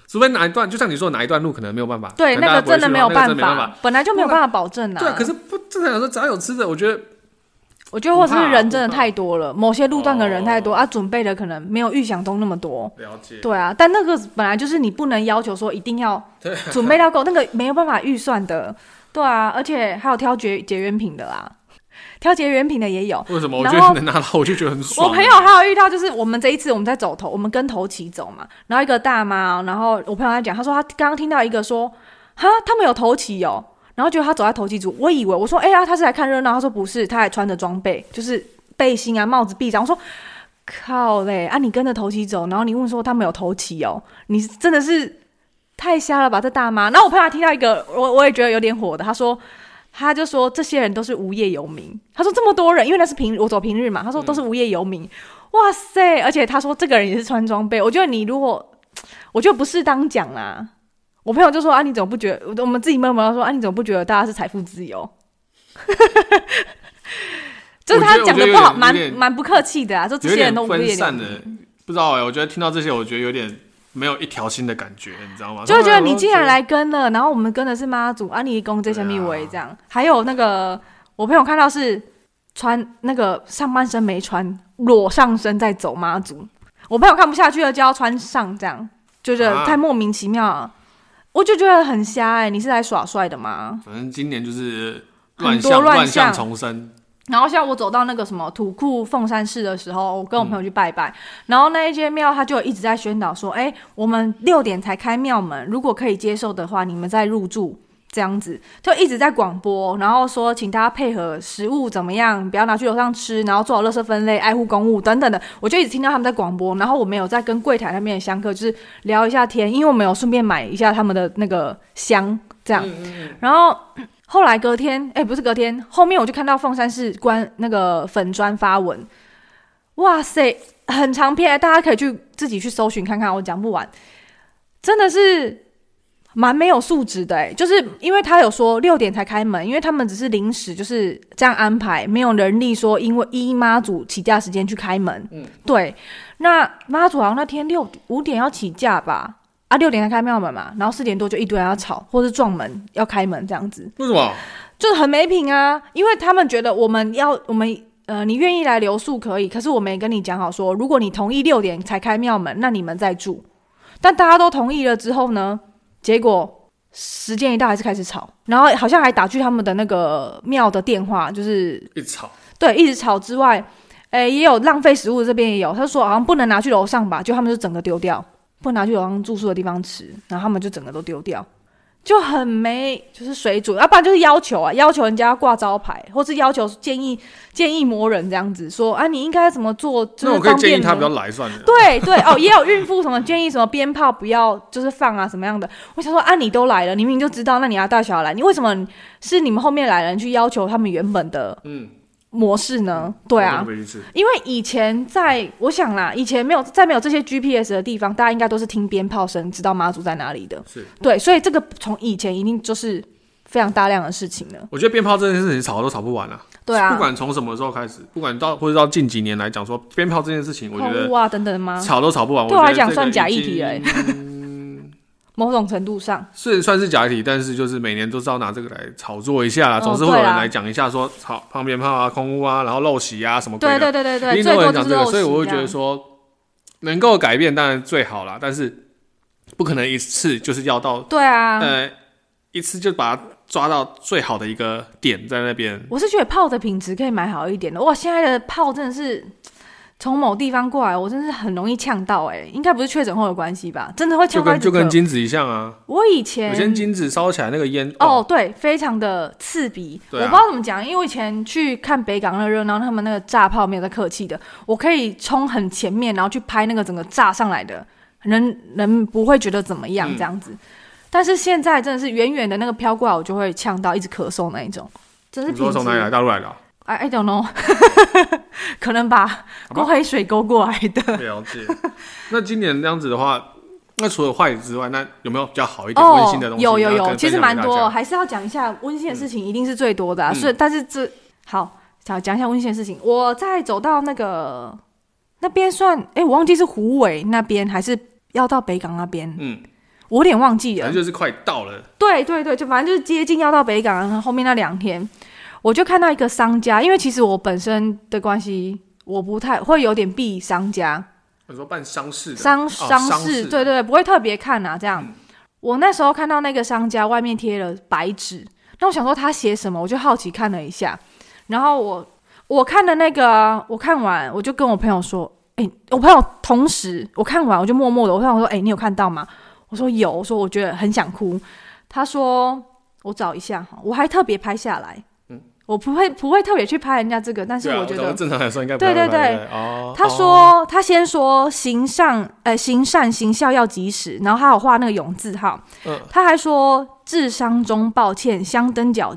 A: 除非哪一段，就像你说哪一段路可能没有办法，
B: 对
A: 可能大
B: 那
A: 家
B: 个
A: 不会
B: 真
A: 去嘛
B: 的没
A: 那
B: 有
A: 个真
B: 办
A: 的没办
B: 法，本来就没有
A: 不然
B: 办法保证啊。
A: 对，可是不正常来说，只要有吃的，我觉得
B: 我觉得或者
A: 不怕
B: 是
A: 啊
B: 人
A: 不
B: 真的
A: 怕
B: 太多了，某些路段的人太多、
A: 哦
B: 啊，准备的可能没有预想中那么多。
A: 了解。
B: 对啊，但那个本来就是你不能要求说一定要准备到够，那个没有办法预算的。对啊，而且还有挑节节缘品的啦，挑节缘品的也有。
A: 为什么我觉
B: 然
A: 得
B: 后
A: 能拿到，我就觉得很爽。啊
B: 我朋友还有遇到，就是我们这一次我们在走头，我们跟头旗走嘛，然后一个大妈哦、然后我朋友在讲，他说他刚刚听到一个说，哈，他们有头旗哦，然后结果他走在头旗组，我以为我说，哎、呀、他是来看热闹，他说不是，他还穿着装备，就是背心啊、帽子、臂章，我说。靠嘞！啊，你跟着头旗走，然后你问说他们有头旗哦，你真的是太瞎了吧，这大妈。然后我朋友还听到一个，我我也觉得有点火的，他说，他就说这些人都是无业游民，他说这么多人，因为那是平日我走平
A: 嗯
B: 日嘛，他说都是无业游民，哇塞！而且他说这个人也是穿装备，我觉得你如果，我觉得不适当讲啦。我朋友就说啊，你怎么不觉得？我们自己默默地说啊，你怎么不觉得大家是财富自由？ 就是他讲的不好，
A: 我觉得我
B: 蛮
A: 觉得有点
B: 蛮不客气的啊， 说这
A: 有
B: 些
A: 点
B: 人都无
A: 分
B: 业游
A: 散
B: 民
A: 的。，不知道哎、我觉得听到这些，我觉得有点没有一条心的感觉，你知道吗？
B: 就会觉得
A: 通常
B: 你
A: 都
B: 竟然来跟了，然后我们跟的是妈祖，啊，你公这些密维这样，还有那个我朋友看到是穿那个上半身没穿，裸上身在走妈祖，我朋友看不下去了就要穿上这样，就觉得
A: 啊
B: 太莫名其妙了，我就觉得很瞎哎、你是来耍帅的吗？
A: 反正今年就是
B: 很
A: 乱
B: 多
A: 象
B: 乱
A: 乱象
B: 象
A: 丛生，
B: 然后像我走到那个什么土库凤山寺的时候，我跟我朋友去拜拜，然后那一间庙他就一直在宣导说，哎、我们六点才开庙门，如果可以接受的话，你们再入住。这样子就一直在广播，然后说请大家配合食物怎么样，不要拿去楼上吃，然后做好垃圾分类、爱护公物等等的。我就一直听到他们在广播，然后我们有在跟柜台那边的香客就是聊一下天，因为我们有顺便买一下他们的那个香这样。然后后来隔天，哎、不是隔天，后面我就看到凤山市官那个粉砖发文，哇塞，很长篇，大家可以去自己去搜寻看看，我讲不完，真的是。蛮没有素质的哎、就是因为他有说六点才开门，因为他们只是临时就是这样安排，没有人力说因为一妈祖起驾时间去开门。嗯，对。那妈祖好像那天六五点要起驾吧，啊六点才开庙门嘛，然后四点多就一堆人要吵，或是撞门要开门这样子。
A: 为什么？
B: 就很没品啊，因为他们觉得我们要我们。呃，你愿意来留宿可以，可是我没跟你讲好说，如果你同意六点才开庙门，那你们再住。但大家都同意了之后呢，结果时间一到还是开始吵，然后好像还打去他们的那个庙的电话，就是
A: 一吵，
B: 对，一直吵之外，诶、也有浪费食物，这边也有。他说好像不能拿去楼上吧，就他们就整个丢掉，不能拿去楼上住宿的地方吃，然后他们就整个都丢掉，就很没就是水准。要、不然就是要求啊，要求人家挂招牌，或是要求建议建议魔人这样子说啊，你应该怎么做，就
A: 那
B: 是
A: 我可以
B: 方
A: 建
B: 便
A: 议他不
B: 你
A: 要来算了。
B: 对对哦，也有孕妇什么建议什么鞭炮不要就是放啊什么样的。我想说啊，你都来了，你明明就知道，那你要带小孩来，你为什么是你们后面来人去要求他们原本的
A: 嗯
B: 模式呢？对啊，
A: 我也不会去吃
B: 因为以前在我想啦，以前没有在没有这些 GPS 的地方，大家应该都是听鞭炮声知道妈祖在哪里的。
A: 是，
B: 对，所以这个从以前一定就是非常大量的事情了。
A: 我觉得鞭炮这件事情吵都吵不完了、
B: 对
A: 不
B: 啊，
A: 管从什么时候开始，不管到或者到近几年来讲，说鞭炮这件事情，我觉
B: 空
A: 得
B: 屋啊等等的吗？
A: 吵都吵不完。
B: 对
A: 我
B: 我
A: 觉
B: 来
A: 得
B: 讲
A: 这个
B: 算假
A: 已
B: 议题
A: 经
B: 了欸某种程度上，
A: 是算是假议题，但是就是每年都是要拿这个来炒作一下啦，
B: 哦
A: 总是会有
B: 对
A: 人
B: 啊
A: 来讲一下说炒放鞭炮啊、空屋啊，然后陋习啊什么鬼
B: 对
A: 的，
B: 对对对对，
A: 一
B: 最
A: 定会有
B: 多
A: 人
B: 就
A: 讲这个，
B: 是陋
A: 所以我会
B: 习
A: 觉
B: 啊
A: 得说能够改变当然最好啦，但是不可能一次就是要到、
B: 对啊。
A: 呃一次就把它抓到最好的一个点在那边。
B: 我是觉得炮的品质可以买好一点的。哇，现在的炮真的是从某地方过来，我真是很容易呛到哎、应该不是确诊后的关系吧？真的会
A: 就
B: 呛到一
A: 跟
B: 整
A: 就跟
B: 个
A: 金子一样啊，
B: 我以
A: 有
B: 前
A: 些金子烧起来那个烟
B: 哦，对，非常的刺鼻。
A: 对啊
B: 我不知道怎么讲，因为我以前去看北港那热闹，他们那个炸炮没有在客气的，我可以冲很前面，然后去拍那个整个炸上来的，人人不会觉得怎么样
A: 嗯
B: 这样子。但是现在真的是远远的那个飘过来，我就会呛到，一直咳嗽那一种。真是
A: 你说
B: 品
A: 从哪里
B: 质
A: 来？大陆来的啊、
B: I I don't know，可能吧，
A: 好吧
B: 过黑水沟过来的。
A: 了解。那今年这样子的话，那除了坏之外，那有没有比较好一点、温、
B: 哦
A: 馨的，东西？
B: 有有
A: 要跟
B: 有，其实
A: 分享
B: 蛮
A: 给大
B: 多
A: 家
B: 的，还是要讲一下温馨的事情，一定是最多的、啊。
A: 嗯
B: 所以，但是这好，讲讲一下温馨的事情。我在走到那个那边算，哎、我忘记是湖尾那边还是要到北港那边，
A: 嗯，
B: 我有点忘记
A: 反
B: 了
A: 正。就是快到了，
B: 对对对，就反正就是接近要到北港，然后后面那两天，我就看到一个商家，因为其实我本身的关系，我不太会有点避商家。
A: 你说办丧事的
B: 商
A: 哦
B: 商
A: 丧
B: 事，
A: 事
B: 对对对，不会特别看啊。这样，
A: 嗯
B: 我那时候看到那个商家外面贴了白纸，那我想说他写什么，我就好奇看了一下。然后我我看的那个啊，我看完我就跟我朋友说，哎、我朋友同时我看完我就默默的，我朋友说，哎、你有看到吗？我说有，我说我觉得很想哭。他说我找一下哈，我还特别拍下来。我不会不会特别去拍人家这个，但
A: 嗯
B: 是
A: 对啊
B: 觉
A: 想
B: 得
A: 说正常来说应该不
B: 对
A: 太会
B: 对
A: 拍
B: 对
A: 对哦。
B: 他
A: 哦
B: 说，他先说行善，呃，行善行孝要及时，然后他有画那个永字号，
A: 嗯
B: 他还说智商中抱歉，香灯脚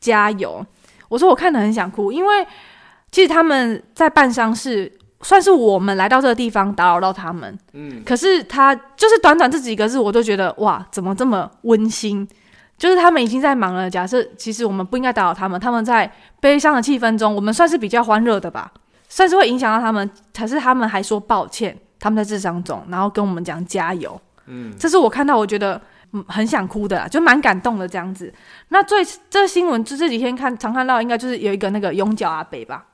B: 加油。我说我看得很想哭，因为其实他们在办丧事，算是我们来到这个地方打扰到他们，
A: 嗯，
B: 可是他就是短短这几个字，我就觉得哇，怎么这么温馨？就是他们已经在忙了。假设其实我们不应该打扰他们，他们在悲伤的气氛中，我们算是比较欢乐的吧，算是会影响到他们。可是他们还说抱歉，他们在智商中，然后跟我们讲加油。嗯，这是我看到我觉得嗯很想哭的啦，就蛮感动的这样子。那最这新闻就这几天看常看到，应该就是有一个那个永角阿北吧，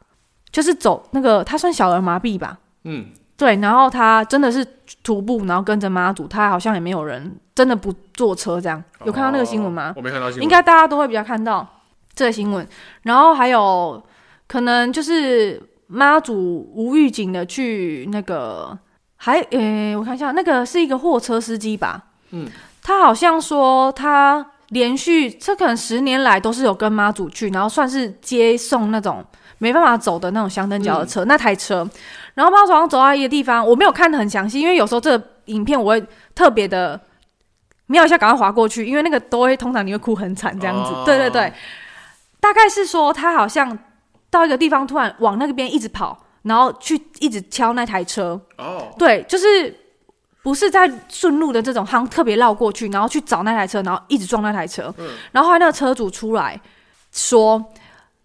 B: 就是走那个他算小儿麻痹吧，
A: 嗯，
B: 对，然后他真的是徒步，然后跟着妈祖，他好像也没有人真的不坐车这样。有看到那
A: 哦
B: 个新闻吗？
A: 哦我没看到新闻，
B: 应该大家都会比较看到这个新闻。然后还有可能就是妈祖无预警的去那个，还呃、我看一下，那个是一个货车司机吧，
A: 嗯，
B: 他好像说他连续这可能十年来都是有跟妈祖去，然后算是接送那种没办法走的那种香灯脚的车、那台车，然后妈祖好像走到一个地方，我没有看得很详细，因为有时候这个影片我会特别的。瞄一下，赶快划过去，因为那个都会通常你会哭很惨这样子。
A: 哦
B: 对对对，大概是说他好像到一个地方，突然往那个边一直跑，然后去一直敲那台车。
A: 哦，
B: 对，就是不是在顺路的这种夯特别绕过去，然后去找那台车，然后一直撞那台车。
A: 嗯
B: 然后后来那个车主出来说。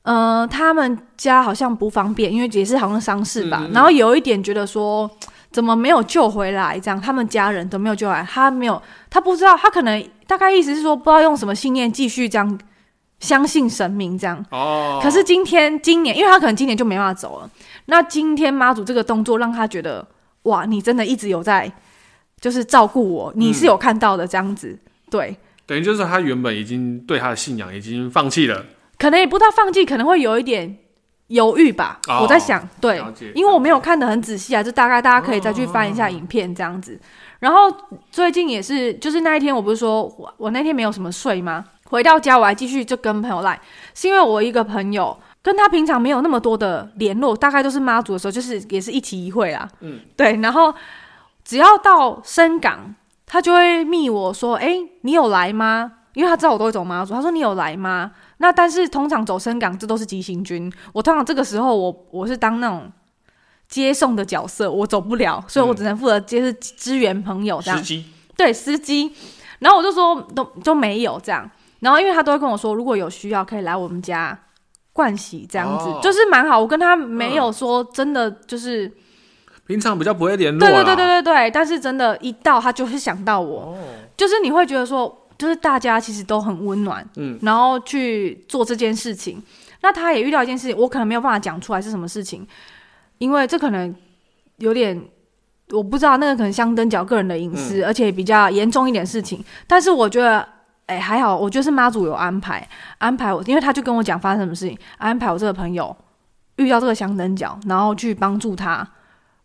B: 呃，他们家好像不方便，因为也是好像丧事吧。
A: 嗯嗯嗯
B: 然后有一点觉得说，怎么没有救回来？这样他们家人都没有救回来，他没有，他不知道，他可能大概意思是说，不知道用什么信念继续这样相信神明这样。
A: 哦，
B: 可是今天今年，因为他可能今年就没办法走了。那今天妈祖这个动作让他觉得，哇，你真的一直有在，就是照顾我，你是有看到的这样子。对，
A: 等于就是他原本已经对他的信仰已经放弃了，
B: 可能也不到放弃，可能会有一点犹豫吧。
A: 哦
B: 我在想，对
A: 了解，
B: 因为我没有看得很仔细啊，就大概大家可以再去翻一下影片这样子。然后最近也是，就是那一天我不是说我我那天没有什么睡吗？回到家我还继续就跟朋友赖，是因为我一个朋友跟他平常没有那么多的联络，大概都是妈祖的时候，就是也是一期一会啦。
A: 嗯，
B: 对。然后只要到深港，他就会密我说：“哎、你有来吗？”因为他知道我都会走妈祖，他说：“你有来吗？”那但是通常走深港，这都是急行军。我通常这个时候我，我是当那种接送的角色，我走不了，所以我只能负责接是支援朋友哦这样
A: 时。机
B: 对司机，然后我就说都都没有这样，然后因为他都会跟我说，如果有需要可以来我们家灌洗这样子，
A: 哦
B: 就是蛮好。我跟他没有说真的就是，
A: 平常比较不会联络
B: 对
A: 啦，
B: 对对对对对，但是真的，一到他就会想到我，
A: 哦，
B: 就是你会觉得说，就是大家其实都很温暖，
A: 嗯，
B: 然后去做这件事情。那他也遇到一件事情，我可能没有办法讲出来是什么事情，因为这可能有点我不知道，那个可能相登脚个人的隐私，
A: 嗯
B: 而且比较严重一点事情。但是我觉得，哎、还好，我觉得是妈祖有安排，安排我，因为他就跟我讲发生什么事情，安排我这个朋友遇到这个相登脚，然后去帮助他，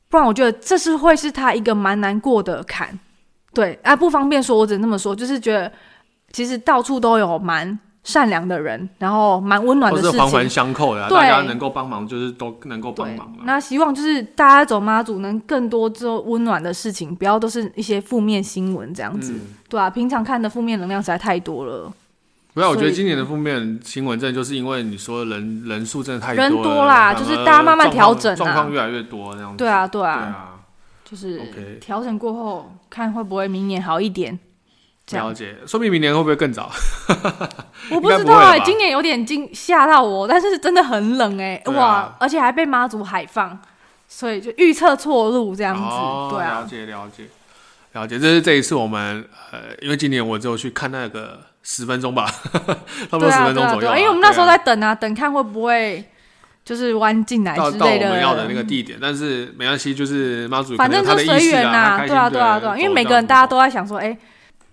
B: 不然我觉得这是会是他一个蛮难过的坎。对啊，不方便说，我只能这么说，就是觉得其实到处都有蛮善良的人，然后蛮温暖
A: 都
B: 的事
A: 是
B: 情，
A: 环环相扣的啊，
B: 对
A: 大家能够帮忙就是都能够帮
B: 对
A: 忙，了。
B: 那希望就是大家走妈祖能更多做温暖的事情，不要都是一些负面新闻这样子，
A: 嗯，
B: 对啊，平常看的负面能量实在太多了，
A: 不要，我觉
B: 所
A: 得
B: 以
A: 今年的负面新闻真的就是因为你说人人数真的太
B: 人
A: 多
B: 多
A: 了
B: 啦
A: 反
B: 就是
A: 而
B: 大家慢慢调整啊
A: 状况状况越来越多这样子。
B: 对啊，对
A: 对
B: 啊，
A: 啊，
B: 就是
A: OK
B: 调整过后看会不会明年好一点。这样
A: 了解，说明明年会不会更早？
B: 我
A: 应
B: 不
A: 该
B: 知
A: 不
B: 道
A: 会
B: 哎、
A: 吧
B: 今年有点惊吓到我，但是真的很冷哎、
A: 对啊
B: 哇，而且还被妈祖海放，所以就预测错路这样子，
A: 哦、
B: 对
A: 了
B: 啊，
A: 解了解了解，这是这一次我们呃，因为今年我只有去看那个十分钟吧， 差不
B: 对
A: 多十
B: 啊，
A: 分
B: 对
A: 钟
B: 啊，
A: 左右
B: 对
A: 啊、
B: 啊，因为我们那时候
A: 对啊
B: 在等啊，等看会不会就是弯进来
A: 到
B: 之
A: 到我
B: 类
A: 们要的那个地点，但是没关系，就是妈祖可
B: 反
A: 能
B: 正
A: 他
B: 就
A: 的意
B: 随
A: 思
B: 缘
A: 啊，他开
B: 对
A: 心
B: 啊，
A: 对
B: 对啊，对啊，因为每个人大家都在想说，哎、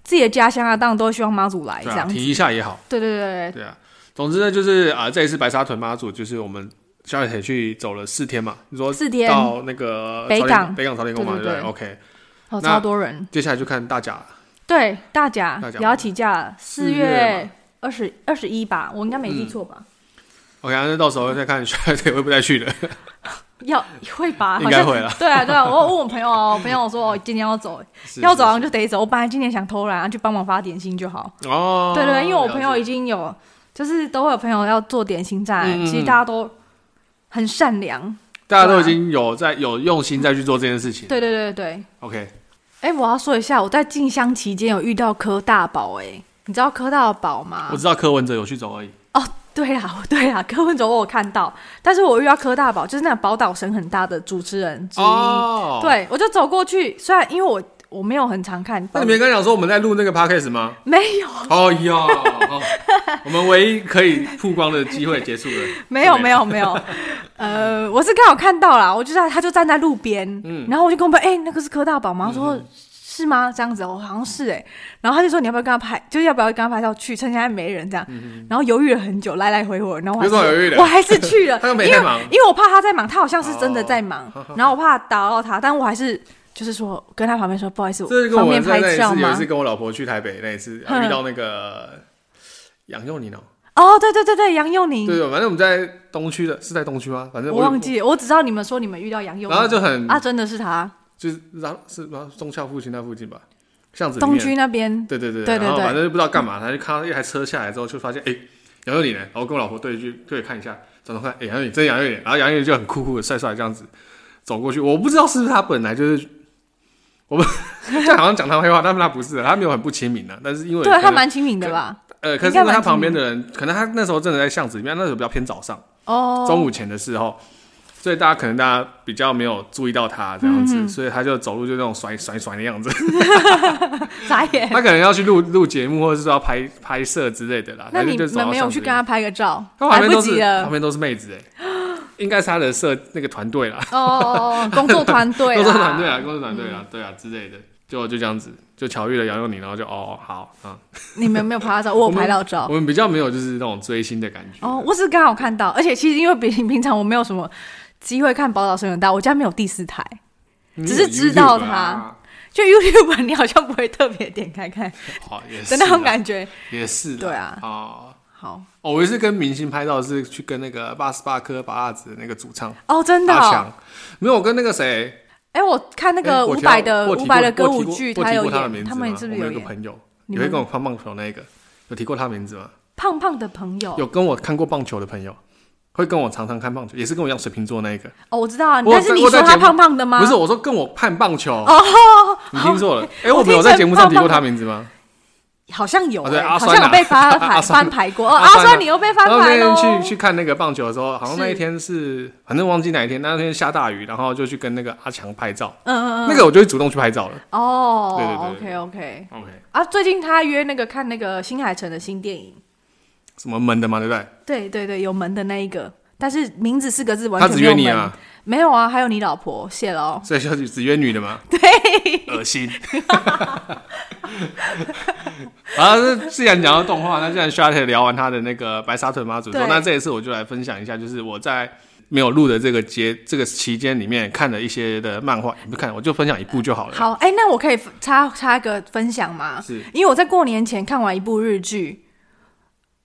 B: 自己的家乡啊，当然都希望妈祖来
A: 对
B: 这
A: 啊，
B: 样子，
A: 停一下也好，
B: 对对对对，
A: 对啊。总之呢，就是啊、这一次白沙屯妈祖，就是我们小野铁去走了四天嘛，你说
B: 四天，
A: 到那个
B: 北
A: 朝天
B: 港
A: 北港朝天宫嘛，
B: 对
A: 对不
B: 对对
A: 对？OK，
B: 哦，
A: 那
B: 超多人，
A: 接下来就看大甲，
B: 对，大甲
A: 大甲
B: 也要起价了，四
A: 四月嗯
B: 月二十二十一吧，我应该没记错吧？
A: OK，那啊到时候再看 小野铁会不会再去了，
B: 要会吧，
A: 应
B: 好
A: 该
B: 像
A: 会啦。
B: 对啊，对啊，我问我朋友哦，我朋友说哦，今天要走，
A: 是
B: 要走好
A: 是
B: 像就得走。我本来今天想偷懒，啊去帮忙发点心就好。
A: 是哦，
B: 对对对，因为我朋友
A: 了
B: 已
A: 解
B: 经有，就是都会有朋友要做点心站，
A: 嗯嗯嗯
B: 其实大家都很善良。
A: 大家都已经有在有用心再去做这件事情。
B: 啊对对对对对。
A: ，OK，
B: 哎、我要说一下，我在进香期间有遇到柯大宝，哎，你知道柯大宝吗哦
A: 我？知道柯文哲有去走而已。
B: 对啦， 对啦，柯文哲我有看到，但是我遇到柯大宝，就是那个宝岛神很大的主持人之一。
A: 哦，
B: 嗯对，我就走过去，虽然因为我我没有很常看，
A: 那你没跟他讲说我们在录那个 podcast 吗？
B: 没有
A: 哦哟，哦我们唯一可以曝光的机会结束了。
B: 没有
A: 对
B: 没有没有，呃，我是刚好看到啦，我就在他就站在路边，
A: 嗯
B: 然后我就跟我朋友，哎、那个是柯大宝吗？他说、是吗？这样子，我好像是哎、然后他就说你要不要跟他拍，就是要不要跟他拍照去，趁现在没人这样。
A: 嗯
B: 然后犹豫了很久，来来回回，然后我还
A: 有什么
B: 是
A: 犹豫的
B: 我还是去 了，
A: 他又没
B: 因
A: 在
B: 为
A: 忙
B: 因为我怕他在忙，他好像是真的在忙，
A: 哦
B: 然后我怕打扰到他，但我还是就是说跟他旁边说不好意思，
A: 这就跟
B: 方
A: 我
B: 便
A: 在
B: 拍
A: 那一
B: 照
A: 次有一
B: 吗
A: 次？跟我老婆去台北那一次，啊
B: 嗯
A: 遇到那个杨佑宁哦，
B: 哦，对对对对，杨佑宁，
A: 对对，反正我们在东区的，是在东区吗？反正
B: 我忘，记了，我只知道你们说你们遇到杨佑
A: 然后
B: 宁
A: 就很
B: 啊，真的是他，
A: 就是然是然后中校附近那附近吧，巷子里
B: 东
A: 面，
B: 区那边，
A: 对对对，
B: 对对
A: 然后
B: 对
A: 反正就不知道干嘛，他就看到一台车下来之后，就发现哎杨佑宁呢，然后跟我老婆对一句对看一下，转头看哎杨佑宁，真杨佑宁，然后杨佑宁就很酷酷的帅帅这样子走过去，我不知道是不是他本来就是。我们这样好像讲 他坏话，但是他不是，他没有很不亲民的、啊但是因为
B: 对
A: 可
B: 他
A: 能
B: 蛮亲民的吧？
A: 呃，可是
B: 应该
A: 因为
B: 蛮
A: 他旁
B: 近
A: 边的人，可能他那时候真的在巷子里面，那时候比较偏早上，
B: 哦，
A: 中午前的时候，所以大家可能大家比较没有注意到他这样
B: 嗯
A: 子，所以他就走路就那种甩甩甩的样子。
B: 眨 眼。
A: 他可能要去录录节目，或者是说要拍拍摄之类的啦。
B: 那
A: 反正
B: 你
A: 就走
B: 们
A: 到
B: 没有
A: 巷
B: 去
A: 子
B: 跟
A: 里
B: 他拍个照，
A: 他旁
B: 来
A: 边
B: 不
A: 都
B: 及
A: 是
B: 了
A: 旁。边都是妹子哎、应该是他的摄那个团队啦，
B: 哦哦，哦工作团队，
A: 工作团队啊，，工作团
B: 嗯
A: 队啊，对啊之类的，就就这样子，就巧遇了杨佑宁，然后就哦好啊，
B: 你们没有拍到照，我有
A: 们
B: 拍到照
A: 我。们比较没有就是那种追星的感觉。
B: 哦，我只是刚好看到，而且其实因为比平常我没有什么机会看《宝岛生源大》，我家没有第四台，
A: 你
B: 只
A: 有
B: 是知道
A: YouTube 啊，
B: 就 YouTube 你好像不会特别点开看
A: 哦 也是
B: 的那种
A: 啊
B: 感觉。
A: 也是啦，
B: 对啊
A: 哦，
B: 好，
A: 哦我一次跟明星拍照是去跟那个巴斯巴科巴拉子那个主唱
B: 哦，真的、
A: 阿
B: 哦，
A: 强，没有我跟那个谁，
B: 哎、我看那
A: 哎
B: 个
A: 我
B: 伍
A: 提过
B: 佰的
A: 我
B: 伍
A: 提
B: 佰
A: 过
B: 的歌
A: 我提
B: 舞
A: 过
B: 剧，
A: 我提
B: 有
A: 过他的
B: 演，
A: 名字
B: 他
A: 吗？
B: 们是不是
A: 我们有一个
B: 演
A: 朋友，
B: 你
A: 有一
B: 们
A: 个跟我棒棒球那一个，有提过他名字吗？
B: 胖胖的朋友？
A: 有跟我看过棒球的朋友，会跟我常常看棒球，也是跟我一样水瓶座那一个，
B: 哦，我知道啊，
A: 我
B: 但是
A: 在
B: 你
A: 我
B: 说
A: 在
B: 他
A: 节目
B: 胖胖的吗？哦
A: 不是，我说跟我看棒球，你听错 了？哎，
B: 我
A: 我们有
B: 听
A: 在
B: 成
A: 节目上提过
B: 棒棒
A: 他名字吗？
B: 好像有、
A: 哦对
B: 欸，
A: 阿
B: 好
A: 酸
B: 像
A: 啊
B: 有被翻牌
A: 阿酸
B: 翻牌过。哦，
A: 阿
B: 阿
A: 酸啊
B: 酸，你又被翻
A: 然后
B: 牌
A: 那
B: 喽？
A: 天去去看那个棒球的时候，好像那一
B: 是
A: 天是，反正忘记哪一天，那天下大雨，然后就去跟那个阿强拍照，
B: 嗯嗯嗯，
A: 那个我就会主动去拍照了。
B: 哦
A: 对对对对
B: ，OK OK。
A: OK，
B: 啊，最近他约那个看那个新海诚的新电影，
A: 什么门的嘛，对不对？
B: 对对对，有门的那一个，但是名字四个字完
A: 他
B: 全
A: 只
B: 没
A: 约
B: 有门。
A: 你嘛，
B: 没有啊，还有你老婆谢了哦。
A: 所以就只约女的嘛。对，恶心。啊，这既然讲到动画，那既然 s h a t 聊完他的那个白沙屯妈祖之后，
B: 对
A: 那这一次我就来分享一下，就是我在没有录的这个节这个期间里面看了一些的漫画，不看我就分享一部就好了。
B: 好，哎、那我可以插插个分享吗？
A: 是
B: 因为我在过年前看完一部日剧，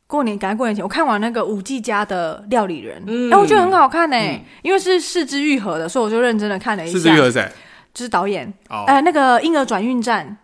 B: 过年赶快过年前我看完那个五 G 家的料理人，哎、
A: 嗯
B: 我觉得很好看呢、因为是四肢愈合的，所以我就认真的看了一下。
A: 四之愈合谁？
B: 就是导演，
A: 哦，
B: 呃，那个婴儿转运站，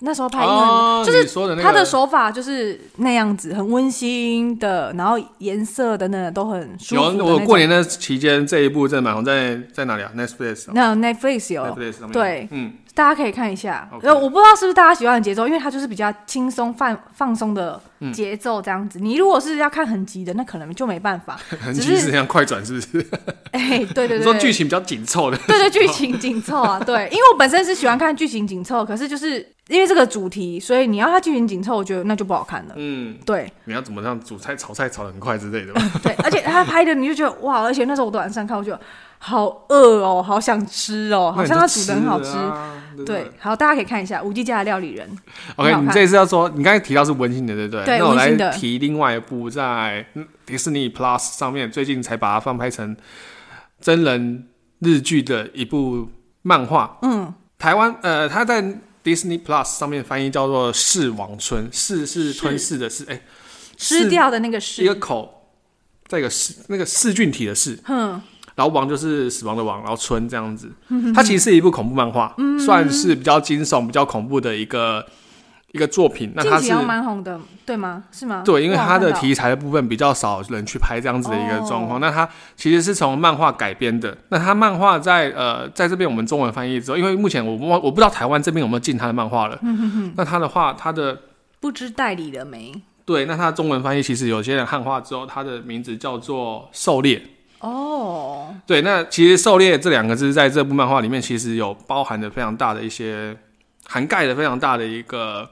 B: 那时候拍婴儿，
A: 哦，
B: 就
A: 你
B: 是
A: 说的那
B: 他
A: 个
B: 的手法就是那样子，很温馨的，然后颜色等等都很舒
A: 有
B: 服的那种。
A: 我过年的期间这一部真的蛮红，在在哪里啊？Netflix 啊
B: 那 Netflix 有，
A: Netflix 上面
B: 哦对
A: 嗯，
B: 大家可以看一下。
A: OK
B: 呃，我不知道是不是大家喜欢的节奏，因为它就是比较轻松放放松的节奏这样子。你如果是要看很急的，那可能就没办法。
A: 很
B: 只
A: 急
B: 是
A: 是像快转是不是？
B: 哎、对对
A: 你
B: 对
A: 说
B: 对，
A: 剧情比较紧凑 的，
B: 对对，剧情紧凑 啊，对，因为我本身是喜欢看剧情紧凑，可是就是因为这个主题，所以你要它剧情紧凑，我觉得那就不好看了。
A: 嗯，
B: 对
A: 你要怎么让煮菜炒菜炒的很快之类的吧？
B: 对，而且他拍的你就觉得哇，而 且那时候我都晚上看，我就好饿哦，好想吃哦， 好像他煮的很好吃。
A: 吃啊
B: 对，好，大家可以看一下《无忌家的料理人》很好
A: ，OK，
B: 看
A: 你这次要说，你刚才提到是温馨的，对不对？
B: 对
A: 那我
B: 温
A: 来
B: 馨的
A: 提另外一部在嗯迪士尼 Plus 上面最近才把它翻拍成真人日剧的一部漫画。嗯，台湾呃，它在 Disney Plus 上面翻译叫做《噬王村》，噬是
B: 是
A: 吞噬的噬，哎，
B: 吃
A: 噬
B: 掉的那
A: 一
B: 个
A: 个
B: 是，
A: 口，再一个噬，那个噬菌体的噬。
B: 哼，
A: 然后王就是死亡的王，然后春这样子，它其实是一部恐怖漫画，
B: 嗯
A: 算是比较惊悚、比较恐怖的一个一个作品。那
B: 近
A: 它
B: 期
A: 是
B: 好像蛮红的，对吗？是吗？
A: 对，因为
B: 我好
A: 它
B: 像
A: 的
B: 看到
A: 题材的部分比较少人去拍这样子的一个状况。
B: 哦
A: 那它其实是从漫画改编的。那它漫画在呃在这边我们中文翻译之后，因为目前我不我不知道台湾这边有没有进它的漫画
B: 嗯
A: 了。那它的话，它的
B: 不知代理了没？
A: 对，那它中文翻译其实有些人汉化之后，它的名字叫做狩猎。
B: 哦，
A: 对，那其实“狩猎”这两个字在这部漫画里面，其实有包含的非常大的一些涵盖的非常大的一个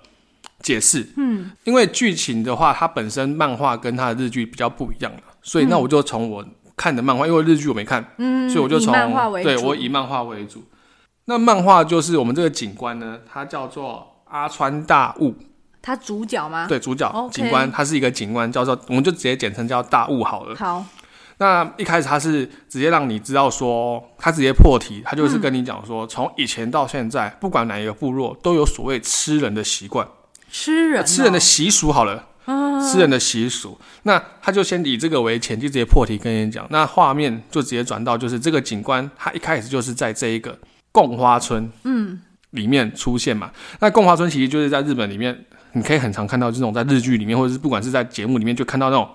A: 解释。嗯，因为剧情的话，它本身漫画跟它的日剧比较不一样了，所以那我就从我看的漫画，因为日剧我没看，
B: 嗯，
A: 所以我就
B: 以
A: 从
B: 漫画为
A: 对
B: 主
A: 我以漫画为主。那漫画就是我们这个警官呢，他叫做阿川大悟，
B: 他主角吗？
A: 对，主角
B: 啊 OK
A: 警官，他是一个警官，叫做我们就直接简称叫大悟好了。
B: 好，
A: 那一开始他是直接让你知道说，他直接破题，他就是跟你讲说，从、以前到现在，不管哪一个部落都有所谓吃人的习惯，
B: 吃人哦、
A: 呃
B: 啊
A: 吃人的习俗好了。吃人的习俗，那他就先以这个为前提，直接破题跟你讲。那画面就直接转到，就是这个警官，他一开始就是在这一个贡花村，嗯，里面出现嘛。那贡花村其实就是在日本里面，你可以很常看到这种在日剧里面，或者是不管是在节目里面，就看到那种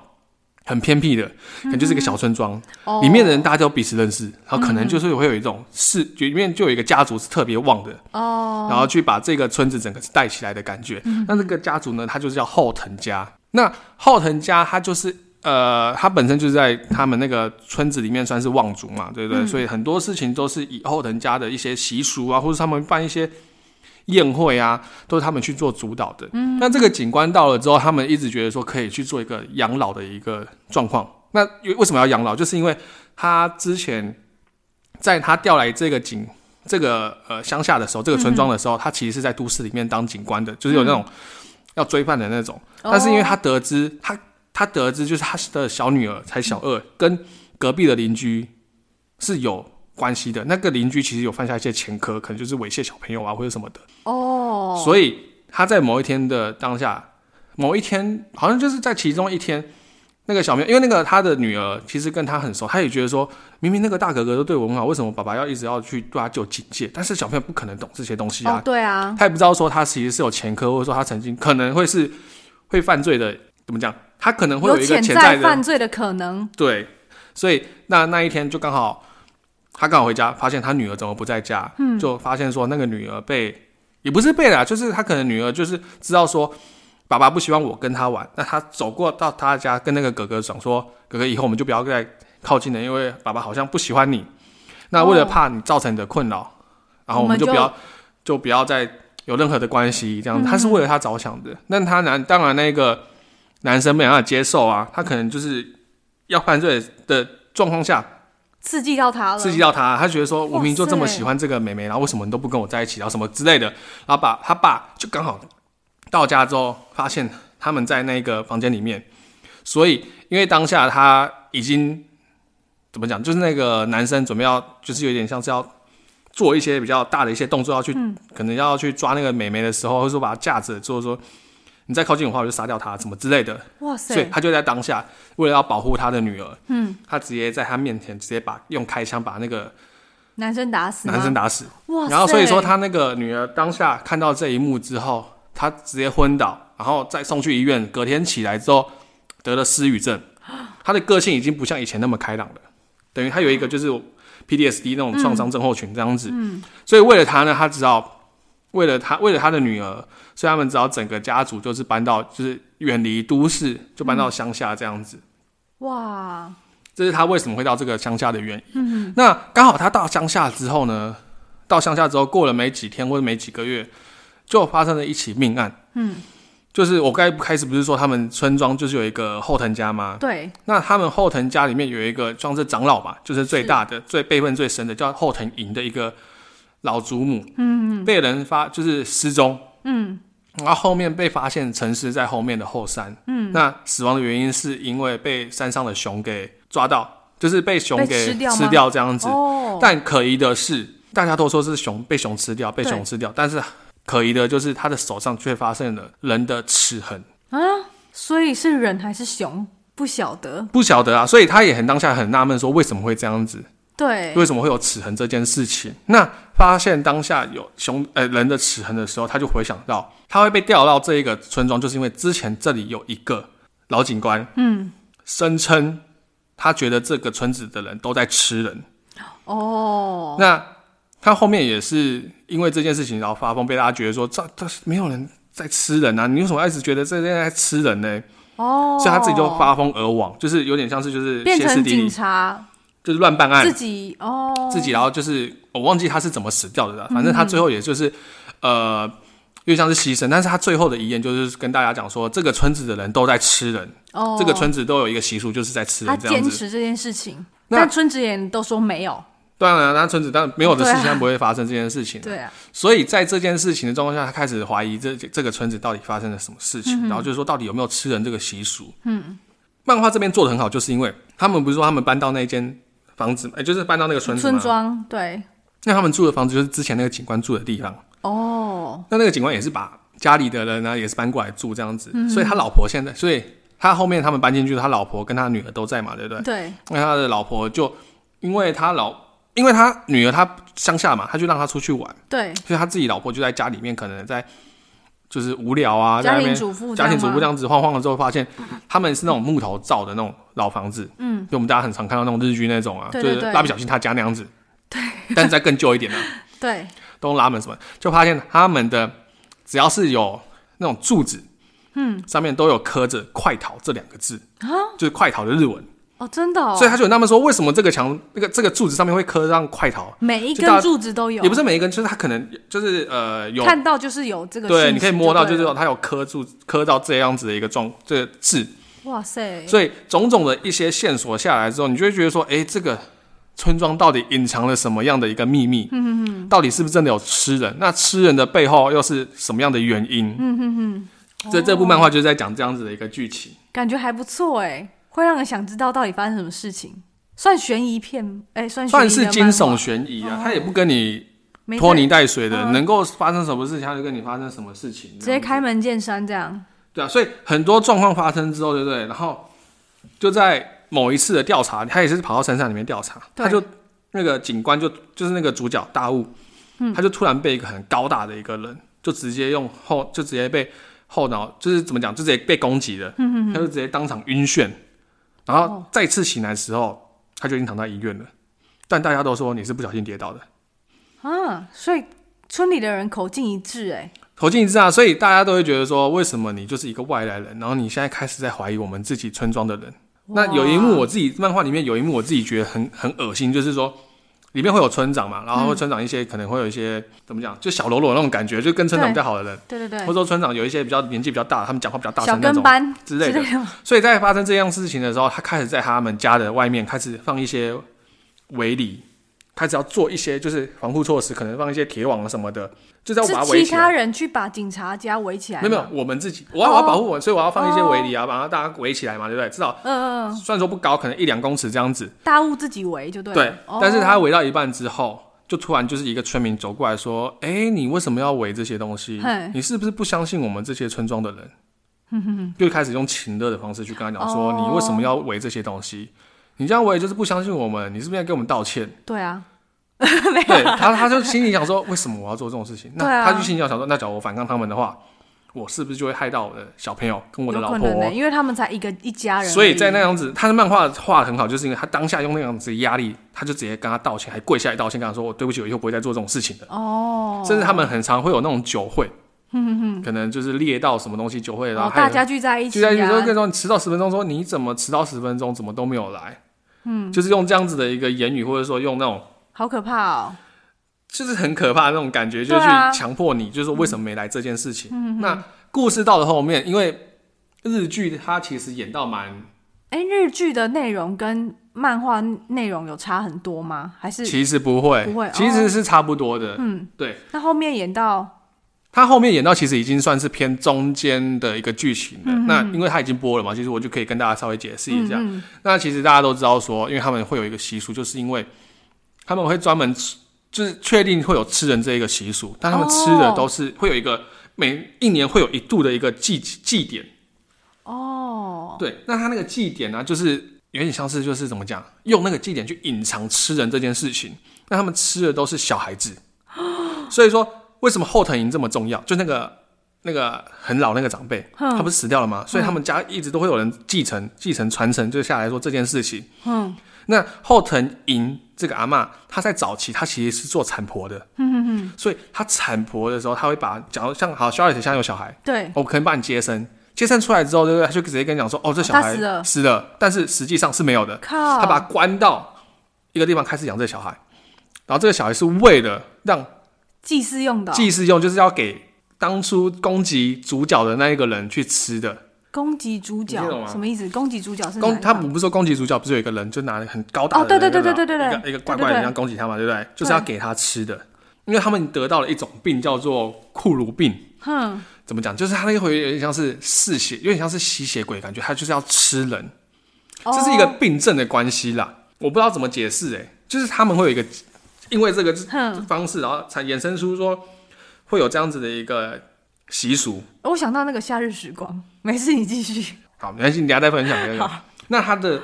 A: 很偏僻的，可能就是一个小村庄，
B: 哦
A: 里面的人大家都彼此认识，然后可
B: 嗯
A: 能就是会有一种是，就里面就有一个家族是特别旺的，
B: 哦，
A: 然后去把这个村子整个带起来的感觉。那这个家族呢，它就是叫后藤家。那后藤家，它就是呃，它本身就是在他们那个村子里面算是望族嘛，对不对？所以很多事情都是以后藤家的一些习俗啊，或者他们办一些。宴会啊，都是他们去做主导的。嗯，那这个景观到了之后，他们一直觉得说可以去做一个养老的一个状况。那为什么要养老？就是因为他之前在他调来这个景这个呃乡下的时候，这个村庄的时候，他其实是在都市里面当警官的，就是有那种要追犯的那种。但是因为他得知他他得知就是他的小女儿才小二，跟隔壁的邻居是有关系的。那个邻居其实有犯下一些前科，可能就是猥亵小朋友啊或者什么的。
B: 哦，
A: 所以他在某一天的当下，某一天好像就是在其中一天，那个小朋友，因为那个他的女儿其实跟他很熟，他也觉得说，明明那个大哥哥都对我很好，为什么爸爸要一直要去对他就警戒？但是小朋友不可能懂这些东西啊，
B: 哦，对啊，
A: 他也不知道说他其实是有前科，或者说他曾经可能会是会犯罪的，怎么讲？他可能会
B: 有
A: 一个潜
B: 在
A: 的
B: 犯罪的可能，
A: 对，所以那那一天就刚好，他刚好回家，发现他女儿怎么不在家，嗯，就发现说那个女儿被，也不是被啦，就是他可能女儿就是知道说爸爸不希望我跟他玩，那他走过到他家跟那个哥哥讲说，哥哥以后我们就不要再靠近了，因为爸爸好像不喜欢你，那为了
B: 哦
A: 怕你造成你的困扰，然后
B: 我
A: 我们
B: 们
A: 就不
B: 就
A: 要就不要再有任何的关系，这样子，他是为了他着想的。那他男当然那个男生没办法接受啊，他可能就是要犯罪的状况下
B: 刺激到他了，
A: 刺激到他，他觉得说我明明就这么
B: 哇塞
A: 喜欢这个妹妹，然后为什么你都不跟我在一起，然后什么之类的，然后爸他爸就刚好到家之后发现他们在那个房间里面，所以因为当下他已经怎么讲，就是那个男生准备要就是有点像是要做一些比较大的一些动作，要去、
B: 嗯
A: 可能要去抓那个妹妹的时候，或者说把她架着，就是说你再靠近我的话，我就杀掉她，什么之类的。
B: 哇
A: 所以
B: 塞，
A: 他就在当下，为了要保护他的女儿，嗯，他直接在他面前直接把用开枪把那个
B: 男生打死吗，
A: 男生打死。
B: 哇塞，
A: 然后哦所以说他那个女儿当下看到这一幕之后，她直接昏倒，然后再送去医院，隔天起来之后得了失语症， 她的个性已经不像以前那么开朗了，等于她有一个就是 PDSD 那种创伤症候群这样子。所以为了她呢，她只好为了她为了她的女儿，所以他们只好整个家族就是搬到就是远离都市，就搬到乡下这样子。啊
B: 哇，
A: 这是他为什么会到这个乡下的原因。那刚好他到乡下之后呢，到乡下之后过了没几天或者没几个月，就发生了一起命案。嗯，就是我刚才开始不是说他们村庄就是有一个后藤家吗？
B: 对，
A: 那他们后藤家里面有一个算是长老吧，就是最大的、最辈分最深的，叫后藤营的一个老祖母，嗯，被人发就是失踪，嗯，然后后面被发现沉尸在后面的后山，嗯，那死亡的原因是因为被山上的熊给抓到，就是被熊
B: 被
A: 给
B: 吃掉吗
A: 吃掉这样子。
B: 哦，
A: 但可疑的是，大家都说是熊被熊吃掉，被
B: 对
A: 熊吃掉，但是可疑的就是他的手上却发现了人的齿痕。
B: 啊所以是人还是熊不晓得，
A: 不晓得啊，所以他也很当下很纳闷，说为什么会这样子？
B: 对，
A: 为什么会有齿痕这件事情？那发现当下有熊呃人的齿痕的时候，他就回想到他会被调到这一个村庄，就是因为之前这里有一个老警官，嗯，声称他觉得这个村子的人都在吃人。
B: 哦，
A: 那他后面也是因为这件事情，然后发疯，被大家觉得说这这没有人在吃人啊，你为什么一直觉得这些人在吃人呢？
B: 哦，
A: 所以他自己就发疯而亡，就是有点像是就是
B: 变
A: 歇斯
B: 成
A: 底
B: 警
A: 里，
B: 察，
A: 就是乱办案
B: 自，己哦，
A: 哎自己，然后就是我忘记他是怎么死掉的了，反
B: 嗯
A: 正他最后也就是，呃，又像是牺牲，但是他最后的遗言就是跟大家讲说，这个村子的人都在吃人，
B: 哦，
A: 这个村子都有一个习俗，就是在吃
B: 他
A: 人这样
B: 坚
A: 子。
B: 持这件事情，
A: 那
B: 但村职员都说没有，
A: 当然，那村子当然没有的事情，
B: 对啊
A: 当然不会发生这件事情、
B: 对啊，
A: 所以在这件事情的状况下，他开始怀疑这这个村子到底发生了什么事
B: 嗯
A: 情，然后就是说到底有没有吃人这个习俗。嗯，漫画这边做的很好，就是因为他们不是说他们搬到那间房子，哎、就是搬到那个村子
B: 村
A: 嘛。
B: 庄对
A: 那他们住的房子就是之前那个警官住的地方。
B: 哦，
A: 那那个警官也是把家里的人呢、啊也是搬过来住这样子，
B: 嗯
A: 所以他老婆现在，所以他后面他们搬进去，他老婆跟他女儿都在嘛，对不对？
B: 对
A: 那他的老婆就因为他老，因为他女儿她乡下嘛，他就让她出去玩，
B: 对，
A: 所以他自己老婆就在家里面，可能在就是无聊啊，在
B: 家
A: 那
B: 庭
A: 边
B: 主妇
A: 家庭主妇这
B: 这样
A: 样子晃晃了之后，发现他们是那种木头造的那种老房子，嗯，就我们大家很常看到那种日剧那种啊，
B: 对对
A: 就
B: 对
A: 是蜡笔小新他家那样子，对，但是再更旧一点的、
B: 吗对
A: 东拉门什么，就发现他们的只要是有那种柱子，嗯，上面都有刻着“快逃”这两个字，就是“快逃”的日文，
B: 哦，真啊的哦，
A: 所以他就很纳闷说，为什么这个墙那个这个柱子上面会刻上“快逃
B: 每一
A: 就大
B: 根
A: 家
B: 柱子都”？有，
A: 也不是每一根，就是他可能就是呃有
B: 看到就是有这个信息就
A: 对，
B: 对，
A: 你可以摸到，就是
B: 了
A: 它有刻住刻到这样子的一个状这个字，
B: 哇塞，
A: 所以种种的一些线索下来之后，你就会觉得说，哎，这个村庄到底隐藏了什么样的一个秘密？嗯嗯到底是不是真的有吃人？那吃人的背后又是什么样的原因？嗯这这
B: 哦
A: 部漫画就是在讲这样子的一个剧情。
B: 感觉还不错哎，会让人想知道到底发生什么事情，算悬疑片哎，算悬疑
A: 算
B: 的
A: 是
B: 漫
A: 惊悚
B: 画哦
A: 悬疑啊，它也不跟你
B: 没
A: 拖
B: 在
A: 泥带水的，
B: 嗯
A: 能够发生什么事情，它就跟你发生什么事情，
B: 直
A: 这
B: 接
A: 样子
B: 开门见山这样，
A: 对啊，所以很多状况发生之后，对不对？然后就在某一次的调查，他也是跑到山上里面调查，
B: 对
A: 他就那个警官就就是那个主角大雾，他就突然被一个很高大的一个人，就直接用后就直接被后脑就是怎么讲，就直接被攻击了，他就直接当场晕眩，然后再次醒来的时候，他就已经躺在医院了。但大家都说你是不小心跌倒的，
B: 啊，所以村里的人口径一致哎，
A: 投进一致啊，所以大家都会觉得说，为什么你就是一个外来人，然后你现在开始在怀疑我们自己村庄的人？那有一幕我自己漫画里面有一幕我自己觉得很很恶心，就是说里面会有村长嘛，然后村长一些、可能会有一些怎么讲，就小喽啰那种感觉，就跟村长比较好的人，
B: 对对
A: 或
B: 对
A: 者，说村长有一些比较年纪比较大，他们讲话比较大
B: 小
A: 声那
B: 跟
A: 种。
B: 班
A: 之类的所以在发生这样事情的时候，他开始在他们家的外面开始放一些围篱，开始要做一些就是防护措施，可能放一些铁网啊什么的，就是要把它
B: 哦是
A: 围
B: 其
A: 起来
B: 他。人去把警察家围起来，
A: 没有没有，，我们自己，我要我要保护我，
B: 哦
A: 所以我要放一些围篱啊，把它大家围起来嘛，对不对？至少
B: 嗯、嗯，
A: 虽然说不高，可能一两公尺这样子，
B: 大雾自己围就对了，
A: 对。
B: 哦、
A: 但是他围到一半之后，就突然就是一个村民走过来说：“哎，你为什么要围这些东西
B: 嘿？
A: 你是不是不相信我们这些村庄的 人？”就开始用亲热的方式去跟他讲说：“
B: 哦
A: 你为什么要围这些东西？你这样围就是不相信我们，你是不是要给我们道歉？”
B: 对啊，
A: 对他，他就心里想说，为什么我要做这种事情？那、
B: 对啊
A: 他就心里想说，那假如我反抗他们的话，我是不是就会害到我的小朋友跟我的
B: 有
A: 老
B: 可
A: 婆？
B: 能呢、因为他们才一个一啊家人而已，
A: 所以在那样子，他的漫画画的很好，就是因为他当下用那样子的压力，他就直接跟他道歉，还跪下来道歉，跟他说：“我对不起，我以后不会再做这种事情的。”
B: 哦，
A: 甚至他们很常会有那种酒会，可能就是列到什么东西酒会，然后
B: 哦，
A: 还有
B: 大家聚在一起、
A: 哎就
B: 啊，
A: 在有时候跟你说你迟到十分钟，说你怎么迟到十分钟，怎么都没有来，嗯，就是用这样子的一个言语，或者说用那种
B: 好可怕哦，
A: 就是很可怕的那种感觉，就
B: 对
A: 是去
B: 啊嗯
A: 强迫你，就是说为什么没来这件事情。那故事到了后面，因为日剧它其实演到蛮
B: 哎、日剧的内容跟漫画内容有差很多吗？还是
A: 其实不会，
B: 不会哦
A: 其实是差不多的。
B: 嗯，
A: 对，
B: 那后面演到
A: 他后面演到其实已经算是偏中间的一个剧情了。那因为他已经播了嘛，其实我就可以跟大家稍微解释一下。
B: 嗯嗯嗯
A: 那其实大家都知道说，因为他们会有一个习俗，就是因为他们会专门吃就是确定会有吃人这一个习俗，但他们吃的
B: 哦
A: 都是会有一个每一年会有一度的一个祭祭典。
B: 哦，
A: 对，那他那个祭典呢、就是有点像是就是怎么讲，用那个祭典去隐藏吃人这件事情。那他们吃的都是小孩子，所以说为什么后藤营这么重要？就那个那个很老那个长辈，
B: 嗯
A: 他不是死掉了吗？所以他们家一直都会有人继承、继承、传承，就下来说这件事情。
B: 嗯，
A: 那后藤营这个阿嬷，她在早期她其实是做产婆的，嗯嗯嗯，所以她产婆的时候，她会把，假如像好 Charlotte 现在有小孩，
B: 对，
A: 哦我可能帮你接生，接生出来之后，对不对？他就直接跟你讲说，哦，这小
B: 他
A: 孩
B: 死了
A: 但是实际上是没有的，
B: 靠，
A: 他把他关到一个地方开始养这个小孩，然后这个小孩是为了让
B: 祭祀用的哦、
A: 祭祀用，就是要给当初攻击主角的那一个人去吃的，
B: 攻击主角
A: 你听懂吗
B: 什么意思？攻击主角是
A: 攻
B: 哪一
A: 他
B: 方
A: 们不是说攻击主角，不是有一个人就拿很高大的
B: 哦对对
A: 那个
B: 对对对对对
A: 一个一个怪怪的
B: 对对对
A: 人要攻击他嘛，对不对？就是要给他吃的，因为他们得到了一种病叫做库鲁病，
B: 哼，
A: 怎么讲？就是他那回有点像是嗜血，有点像是吸血鬼的感觉，他就是要吃人，
B: 哦
A: 这是一个病症的关系啦。我不知道怎么解释，哎，就是他们会有一个因为这个
B: 哼，
A: 方式，然后才衍生出说会有这样子的一个习俗。
B: 我想到那个夏日时光，没事，你继续。
A: 好，没关系，你等一下再分享这个。那他的，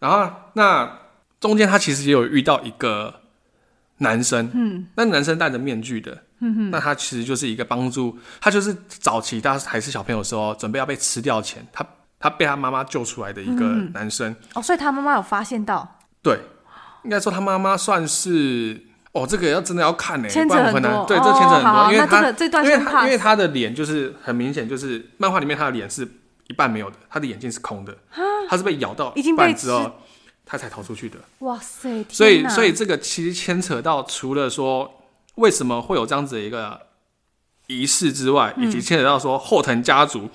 A: 然后那中间他其实也有遇到一个男生，嗯，那男生戴着面具的，嗯那他其实就是一个帮助，他就是早期他还是小朋友的时候，准备要被吃掉前，他他被他妈妈救出来的一个男生，
B: 哦，所以他妈妈有发现到，
A: 对，应该说他妈妈算是。哦，这个要真的要看呢、
B: 牵
A: 不
B: 扯
A: 然很
B: 很
A: 难。
B: 多，
A: 对，这
B: 哦
A: 牵扯很多，
B: 好好
A: 因为
B: 那
A: 他
B: 这个这段
A: 因为
B: 先
A: 他因
B: pass
A: 为他的脸就是很明显，就是漫画里面他的脸是一半没有的，他的眼睛是空的，他是被咬到
B: 已经
A: 一半
B: 被
A: 之后，他才逃出去的。
B: 哇塞，
A: 所
B: 天
A: 以，
B: 哪
A: 所以这个其实牵扯到除了说为什么会有这样子的一个仪式之外，以
B: 嗯
A: 及牵扯到说后藤家族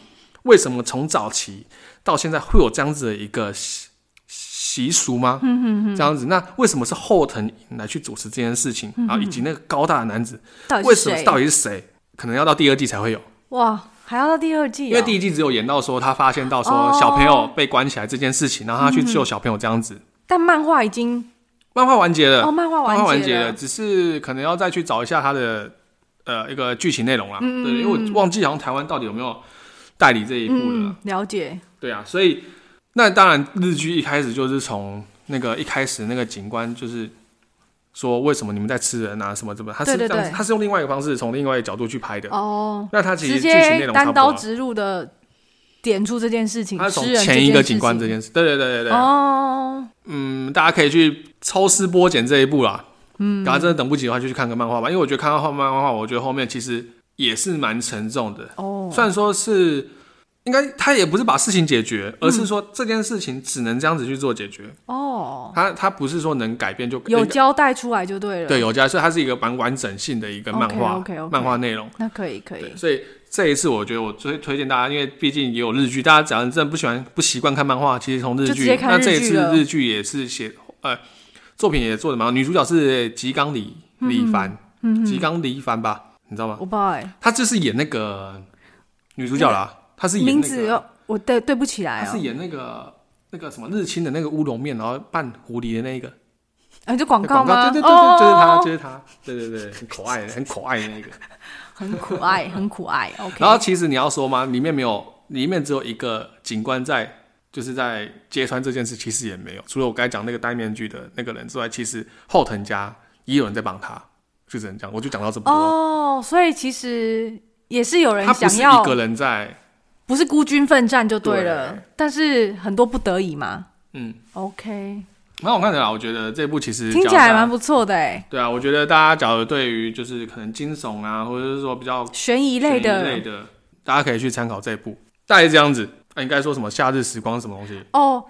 A: 为什么从早期到现在会有这样子的一个习习俗吗？
B: 嗯
A: 这样子，那为什么是后藤来去主持这件事情？然啊后以及那个高大的男子
B: 嗯到底
A: 为
B: 是
A: 什么
B: 谁？
A: 到底是谁？可能要到第二季才会有，
B: 哇，还要到第二季哦、
A: 因为第一季只有演到说他发现到说
B: 哦嗯
A: 小朋友被关起来这件事情，然后他去救小朋友这样子。
B: 但漫画已经
A: 漫画完结了，
B: 哦，漫画
A: 漫画完结了，
B: 了，
A: 只是可能要再去找一下他的呃一个剧情内容啦。
B: 嗯
A: 对，因为我忘记好像台湾到底有没有代理这一部了啦。
B: 嗯，了解，
A: 对啊，所以那当然日剧一开始就是从那个一开始那个警官就是说为什么你们在吃人啊什么什么，他是这
B: 对对
A: 样子，
B: 对
A: 他是用另外一个方式从另外一个角度去拍的。
B: 哦，
A: 那他其实
B: 直
A: 剧情内
B: 接
A: 容差
B: 单
A: 不多
B: 刀
A: 啊。
B: 直入的点出这件事情，
A: 他是
B: 吃
A: 从
B: 人
A: 前一个警官
B: 这
A: 这
B: 件
A: 件事，对对对对
B: 事
A: 对，
B: 情哦，
A: 嗯，大家可以去抽丝剥茧这一步啦。嗯，大家真的等不及的话，就去看个漫画吧。因为我觉得看到后漫画，我觉得后面其实也是蛮沉重的。
B: 哦，
A: 虽然说是应该他也不是把事情解决，而是说这件事情只能这样子去做解决。
B: 哦，
A: 他他不是说能改变就
B: 有交代出来就对了，
A: 对，有加，所以它是一个蛮完整性的一个漫画
B: OK，OK，OK
A: 漫画内容。
B: 那可以可以
A: 对，，所以这一次我觉得我最推荐大家，因为毕竟也有日剧，大家只要真的不喜欢、不习惯看漫画，其实从日
B: 就直
A: 剧
B: 接，看
A: 那这一
B: 日剧
A: 次
B: 了
A: 日剧也是写呃作品也做的蛮好，女主角是吉冈里
B: 嗯
A: 里帆，吉冈里帆吧，你知道吗？
B: 我不知道哎，
A: 她就是演那个女主角啦，她是演
B: 名
A: 那
B: 字
A: 个，
B: 又我对对不起
A: 她
B: 来
A: 是
B: 哦，
A: 演那个那个什么日清的那个乌龙面，然后扮狐狸的那一个
B: 啊，就广
A: 广
B: 吗？
A: 对对对
B: 哦
A: 对，就是她，就是她，对对对，很可爱的，很可爱的那个。
B: 很可 爱，很可爱，OK，
A: 然后其实你要说吗？里面没有，里面只有一个警官在，就是在揭穿这件事，其实也没有。除了我刚才讲那个戴面具的那个人之外，其实后藤家也有人在帮他，就只能讲，我就讲到这么多。
B: 哦，所以其实也是有人
A: 他不
B: 想
A: 是
B: 要
A: 一个人在，
B: 不是孤军奋战就对了，
A: 对
B: 但是很多不得已嘛。
A: 嗯，
B: OK，
A: 蛮好看的啦。我觉得这部其实
B: 听起来蛮
A: 不
B: 不错的哎，
A: 对啊。我觉得大家假如对于就是可能惊悚啊，或者是说比较
B: 悬疑
A: 悬
B: 类
A: 疑类
B: 的
A: 的，大家可以去参考这部。大概是这样子，啊那应该说什么夏日时光是什么东西？
B: 哦，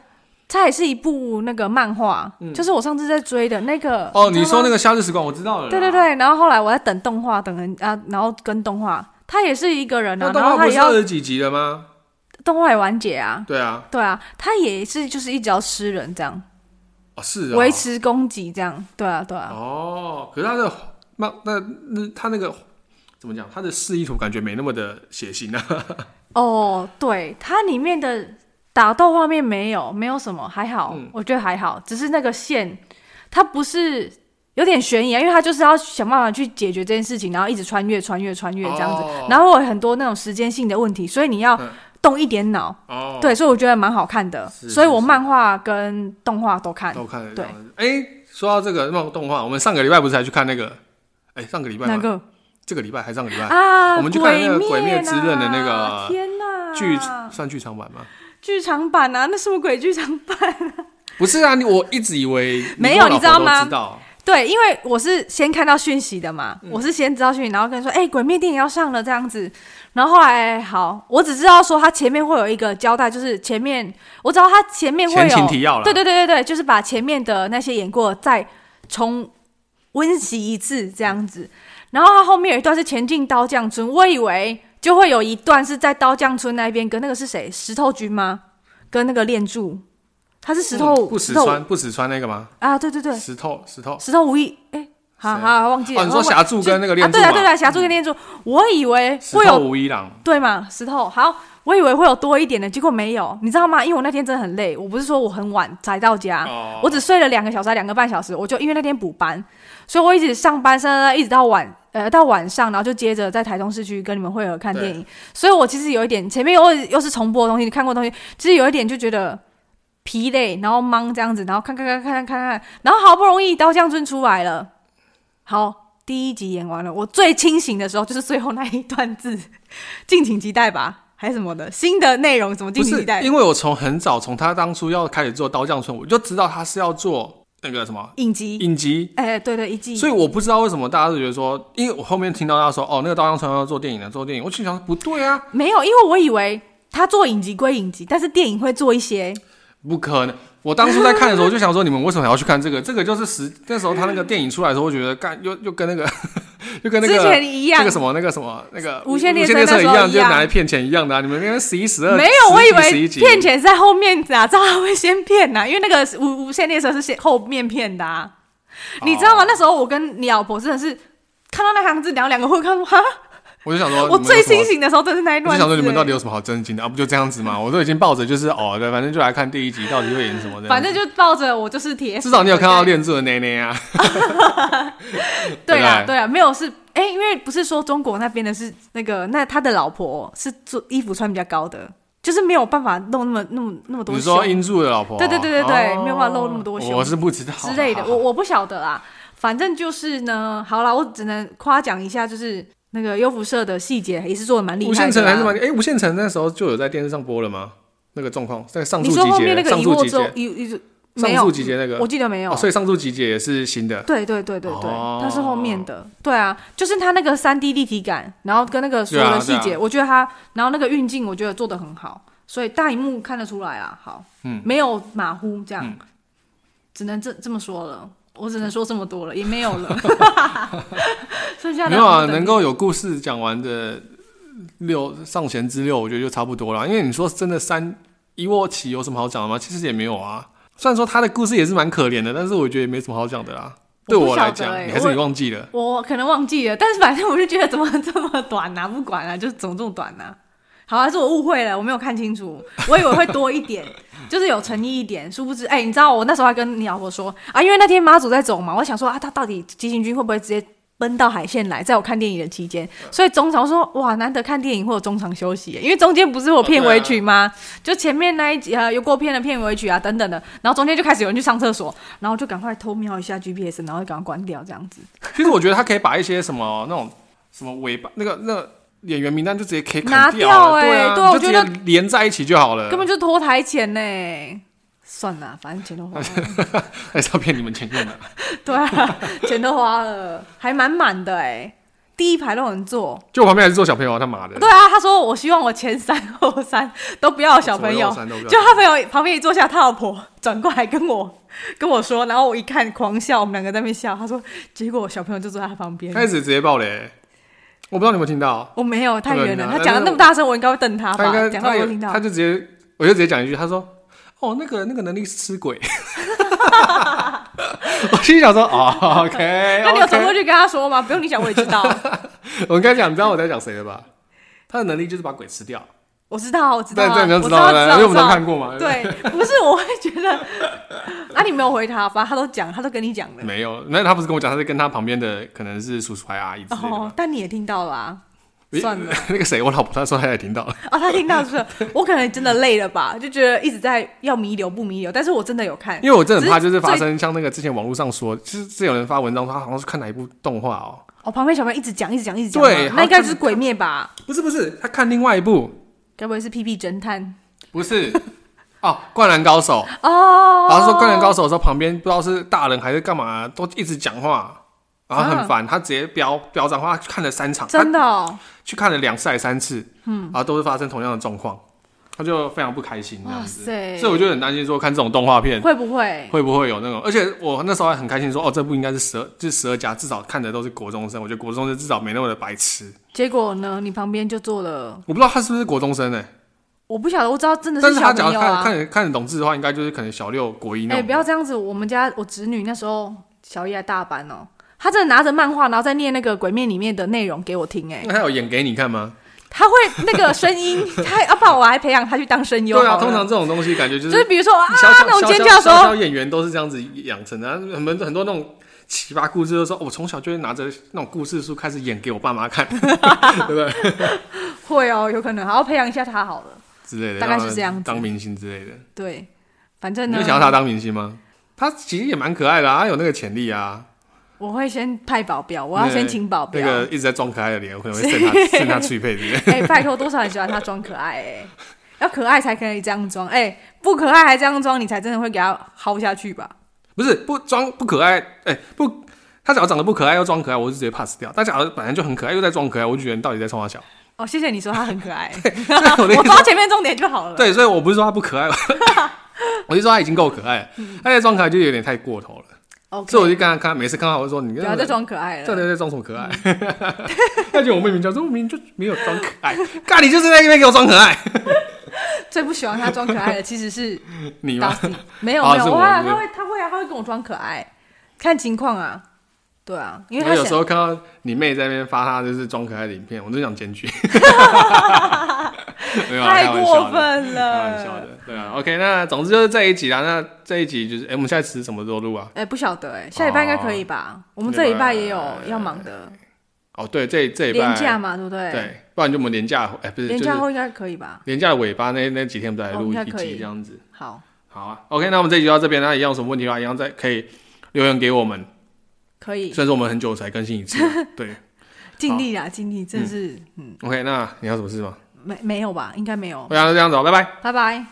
B: 它也是一部那个漫画，就是我上次在追的那个
A: 嗯哦，你说那
B: 个
A: 个夏日时光，我知道了啦。
B: 对对对，然后后来我在等动画，等人啊，然后跟动画，它也是一个人啊
A: 那，动
B: 然后
A: 画
B: 他
A: 不
B: 也
A: 是
B: 要
A: 二十几集了吗？
B: 动画也完结啊，
A: 对啊，
B: 对啊，他也是就是一直要吃人这样，
A: 哦是啊、
B: 维持攻击这样，对啊对啊，
A: 哦，可是他的那那那他那个怎么讲？他的示意图感觉没那么的血腥啊。
B: 哦，对，它里面的打斗画面没有，没有什么，还好，
A: 嗯
B: 我觉得还好，只是那个线，它不是有点悬疑啊，因为它就是要想办法去解决这件事情，然后一直穿越、穿越、穿越这样子，
A: 哦
B: 然后会有很多那种时间性的问题，所以你要
A: 嗯
B: 动一点脑，
A: 哦，
B: 对，所以我觉得蛮好看的，
A: 是
B: 所以
A: 是
B: 我
A: 是
B: 漫画跟动画都看，
A: 都看了这
B: 对
A: 样子。哎、说到这个那动画，我们上个礼拜不是还去看那个？哎、上个礼拜
B: 哪
A: 吗？
B: 个
A: 这个礼拜还上个礼拜、
B: 啊？
A: 我们去看那个
B: 鬼
A: 鬼灭之刃的那个
B: 啊天哪，
A: 剧算剧场版吗？
B: 剧场版啊，那什么鬼剧场版？
A: 不是啊，你我一直以为
B: 没有
A: 你
B: 你
A: 跟
B: 知
A: 我老婆
B: 道吗
A: 都知道
B: 对，因为我是先看到讯息的嘛，
A: 嗯
B: 我是先知道讯息，然后跟你说，哎、鬼灭电影要上了这样子。然后后来好，我只知道说它前面会有一个交代，就是前面我知道它前面会
A: 前情
B: 有，
A: 提要了。
B: 对对对对对，就是把前面的那些演过再重温习一次这样子。然后它后面有一段是前进刀匠村，我以为就会有一段是在刀匠村那边，跟那个是谁？石头君吗？跟那个练柱，他是石头、
A: 嗯不
B: 石
A: 死
B: 头
A: 川不死川那个吗？
B: 啊，对对对，
A: 石头石头，
B: 石头无意，哎、好
A: 谁
B: 好忘记了。
A: 哦你说
B: 我
A: 霞柱跟那个
B: 啊，
A: 练柱
B: 对啊对
A: 嘛，嗯
B: 啊，霞柱跟练柱，我以为
A: 石
B: 会
A: 头
B: 有
A: 无一郎，
B: 对嘛石头好，我以为会有多一点的，结果没有，你知道吗？因为我那天真的很累，我不是说我很晚才到家，
A: 哦
B: 啊我只睡了两个小时，还两个半小时，我就因为那天补班，所以我一直上班，上到一直到晚，呃，到晚上，然后就接着在台中市区跟你们会合看电影，所以我其实有一点前面又又是重播的东西，你看过的东西，其实有一点就觉得疲累，然后忙这样子，然后看看看看看看看，然后好不容易《刀匠村》出来了，好，第一集演完了，我最清醒的时候就是最后那一段字， 敬请期待吧，还是什么的新的内容，什么敬
A: 不
B: 请
A: 是
B: 期待，
A: 因为我从很早从他当初要开始做刀匠村，我就知道他是要做那个什么
B: 影集，
A: 影集，
B: 哎、对对，一季，
A: 所以我不知道为什么大家都觉得说，因为我后面听到他说哦那个刀匠村要做电影的做电影，我心想不对啊，
B: 没有，因为我以为他做影集归影集，但是电影会做一些，
A: 不可能！我当初在看的时候，我就想说，你们为什么还要去看这个？这个就是时那时候他那个电影出来的时候，我觉得干又又跟那个 又跟那
B: 之
A: 个
B: 前一样
A: 那个什么那个什么那个
B: 无线列
A: 列
B: 车
A: 车
B: 那时候
A: 样，
B: 一
A: 就是
B: 样
A: 拿来骗钱一样的啊！你们那边十一十二
B: 没有，我以
A: 十一
B: 为
A: 集
B: 骗钱是在后面的、啊，知道他会先骗呐、因为那个无无线列车是先后面骗的、啊，
A: 哦
B: 你知道吗？那时候我跟你老婆真的是看到那行字，然后两个互看，哈，
A: 我就想说，
B: 我
A: 哦你们
B: 最
A: 有什么
B: 清。醒的时候真是那 一
A: 我
B: 段
A: 就
B: 字、
A: 想说，你们到底
B: 欸
A: 有什么好震惊的啊？不就这样子吗？我都已经抱着就是哦，对，反正就来看第一集到底会演什么的。
B: 反正就抱着我就是铁粉，
A: 至少你有看到
B: 对
A: 练柱的内内啊。对
B: 对啊
A: 不对
B: 对啊，没有是哎、因为不是说中国那边的是那个那他的老婆是做衣服穿比较高的，就是没有办法弄那么那么那么多
A: 你
B: 胸
A: 说英柱的老婆？哦
B: 对对对对对没有办法露那么多胸
A: 我是不知道啊
B: 之类的，我我不晓得啊。反正就是呢，好啦，我只能夸奖一下，就是那个优福社的细节也是做的蛮厉
A: 无
B: 害的、啊。
A: 限城还是蛮……哎、无限城那时候就有在电视上播了吗？那个状况在上
B: 你
A: 述
B: 说
A: 集
B: 后面
A: 结，
B: 那个
A: 上
B: 一
A: 述
B: 握
A: 集
B: 之后
A: 结，
B: 一一没
A: 上
B: 有
A: 述，集结那个
B: 我，记得没有。
A: 哦所以上述集结也是新的。
B: 对对对对对，
A: 哦
B: 它是后面的，对啊，就是它那个三 D 立体感，然后跟那个所有
A: 对
B: 的
A: 啊
B: 细节，
A: 对啊
B: 我觉得它，然后那个运镜，我觉得做的很好，所以大荧幕看得出来啊，好，
A: 嗯，
B: 没有马虎，这样，
A: 嗯
B: 只能这这么说了，我只能说这么多了，也没 有了，剩下的
A: 没有啊，
B: 我们等
A: 能够有故事讲完的六上弦之六，我觉得就差不多了。啊因为你说真的三一握起有什么好讲的吗？其实也没有啊。虽然说他的故事也是蛮可怜的，但是我觉得也没什么好讲的啦。
B: 我
A: 对
B: 不
A: 我
B: 晓
A: 来
B: 得
A: 讲，
B: 欸
A: 你还是
B: 我
A: 你忘记了。
B: 我可能忘记了，但是反正我就觉得怎么这么短啊？不管啊，就是怎么这么短啊？好、啊，还是我误会了，我没有看清楚，我以为会多一点， 就是有诚意一点，殊不知，哎、你知道我那时候还跟你老婆说啊，因为那天妈祖在走嘛，我想说啊，他到底急行军会不会直接奔到海线来，在我看电影的期间，所以中场我说哇，难得看电影会有中场休息耶，因为中间不是有片尾曲吗？就前面那一集呃有过片的片尾曲啊等等的，然后中间就开始有人去上厕所，然后就赶快偷瞄一下 GPS，然后就赶快关掉这样子。
A: 其实我觉得他可以把一些什么那种什么尾巴那个那个演员名单就直接可以砍
B: 拿掉
A: 了，
B: 欸
A: 对啊，
B: 对啊
A: 你就直
B: 我
A: 接
B: 觉
A: 连在一起就好了，
B: 根本就拖台钱呢。算了，反正钱都 花了，
A: 还是要骗你们钱用的。
B: 对啊，钱都花了，还满满的哎、第一排都有人坐，
A: 就我旁边还是做小朋友啊，他妈的，
B: 对啊，他说我希望我前三后三都不要有小朋
A: 左
B: 友，
A: 右三都不要
B: 就他朋友旁边一坐下，他老婆 转过来跟我跟我说，然后我一看狂笑，我们两个在那边笑，他说结果小朋友就坐在他旁边，
A: 开始直接爆雷，我不知道你有没有听到，
B: 我没有太远
A: 对
B: 了，
A: 啊
B: 他讲的那么大声，我应该会瞪他
A: 他应
B: 吧，
A: 该
B: 讲到我
A: 他
B: 都听到
A: 他，哦就直接我就直接讲一句，他说哦那个那个能力是吃鬼， 我心里想说哦 OK，
B: 那你有走过
A: 去？
B: 去跟他说吗？不用你讲，我也知道，
A: 我刚才讲，你知道我在讲谁了吧？他的能力就是把鬼吃掉，
B: 我知道，我知道
A: 但
B: 啊，
A: 这你就
B: 我知道，
A: 道
B: 知道
A: 了，因为我们
B: 知
A: 都
B: 道
A: 看过 嘛。不，
B: 对，不是，我会觉得， 啊，你没有回他，反正他都讲，他都跟你讲了。
A: 没有，那他不是跟我讲，他是跟他旁边的可能是啊叔叔还阿姨之类的吧。
B: 哦，但你也听到了、啊，算了。
A: 那个谁，我老婆她说她也听到了，
B: 啊，他听到是不是？我可能真的累了吧，就觉得一直在要弥留不弥留，但是我真的有看，
A: 因为我真的很怕
B: 只
A: 就是是发
B: 最
A: 生像那个之前网络上说，其实是有人发文章说他好像是看哪一部动画哦，
B: 我旁边小朋友一直讲，一直讲，一直讲嘛，
A: 对
B: 那
A: 他
B: 应该就
A: 就是
B: 鬼灭吧？
A: 不是不是，他看另外一部，
B: 该不会是屁屁侦探？
A: 不是 哦，灌篮高手，
B: 哦，
A: 然后说灌篮高手的时候，旁边不知道是大人还是干嘛，都一直讲话。然后很烦，他直接飙飙脏话，他看了三场，他
B: 真的、哦，
A: 去看了两次还是三次，嗯，然后都是发生同样的状况，他就非常不开心这样子。
B: 塞
A: 所以我就很担心说看这种动画片
B: 会不会？
A: 会不会有那种，而且我那时候还很开心说，哦，这部应该是十二，就是十二家，至少看的都是国中生，我觉得国中生至少没那么的白痴。
B: 结果呢，你旁边就坐了，
A: 我不知道他是不是国中生呢、欸
B: 我不晓得，我知道真的
A: 但是
B: 小
A: 他
B: 朋
A: 假如
B: 友
A: 看
B: 啊。
A: 看看得懂字的话，应该就是可能小六国一那
B: 哎、
A: 种。
B: 不要这样子，我们家我侄女那时候小一还大班哦、她真的拿着漫画，然后再念那个《鬼面》里面的内容给我听、哎，
A: 那他有演给你看吗？
B: 她会那个 声音，她要不然我还培养她去当声优好
A: 对
B: 了。
A: 啊，通常这种东西感觉就
B: 就是是比如说啊，
A: 小小
B: 那种
A: 小
B: 尖
A: 小
B: 叫的时
A: 小
B: 候
A: 小，演员都是这样子养成的、啊，很多很多那种奇葩故事都说，哦我从小就会拿着那种故事书开始演给我爸妈看，对不对？
B: 会哦，有可能，好好培养一下他好了。
A: 之类的，
B: 大概是
A: 让他
B: 这样子
A: 当明星之类的。
B: 对，反正
A: 你
B: 呢，
A: 有想要他当明星吗？他其实也蛮可爱的、啊，他有那个潜力啊。
B: 我会先派保镖，我要先请保镖。
A: 那个一直在装可爱的脸，我可能会扇他扇他脆配之类的。
B: 哎、拜托，多少人喜欢他装可爱、哎，要可爱才可以这样装，哎、不可爱还这样装，你才真的会给他薅下去吧？
A: 不是不装不可爱，哎、不，他只要长得不可爱又装可爱，我就直接 pass 掉。他假如本来就很可爱又在装可爱，我就觉得你到底在冲他笑。
B: 哦，谢谢你说他很可 爱，
A: 所以我的意
B: 我
A: 思
B: 抓前面重点就好 了。
A: 对，所以我不是说他不可爱， 我就说他已经够可爱了，他在装可爱就有点太过头了。
B: ，OK，
A: 所以我就跟他看，每次看到我就说你
B: 不
A: 跟
B: 要再装可爱
A: 到
B: 了。
A: 底在装什么 可爱？他觉得我莫名其妙，说我明明就没有装可爱，干你就是在那边给我装可爱，
B: 最不喜欢他装可爱的其实是
A: 你吗？
B: Dusty，没有
A: 哦
B: 没有，
A: 是我
B: 哇，
A: 是不
B: 他
A: 是
B: 会他会啊，他会跟我装可爱，看情况啊。对啊，因为
A: 我
B: 他
A: 有
B: 想
A: 时候看到你妹在那边发她就是装可爱的影片，我就想检 举。没有啊
B: 太
A: 开玩
B: 过
A: 笑的
B: 分
A: 开
B: 了，
A: 玩笑的，对啊。OK，那总之就是这一集啦。那这一集就是，哎、我们下一次什么时候录啊？
B: 哎、不晓得哎、下礼拜应该可以吧？我们这礼拜也有要忙的，
A: 哦，对，这这一
B: 廉
A: 半
B: 价嘛，对不对？，
A: 对，不然就我们廉价，哎、不是，
B: 廉
A: 就
B: 价
A: 是
B: 后应该可以吧？
A: 廉价的尾巴那那几天，我们再来
B: 哦
A: 录
B: 应该
A: 一
B: 可以
A: 集这样子。
B: 好，
A: 好啊，OK，那我们这一集就到这边。那一样有什么问题的话，一样再可以留言给我们。
B: 可以，
A: 虽然说我们很久才更新一次啊， 对。
B: 尽力啦，尽力，真是，嗯，
A: OK，那你还有什么事吗？
B: 没没有吧？应该没有，
A: OK，那就这样子哦，拜拜。
B: 拜拜。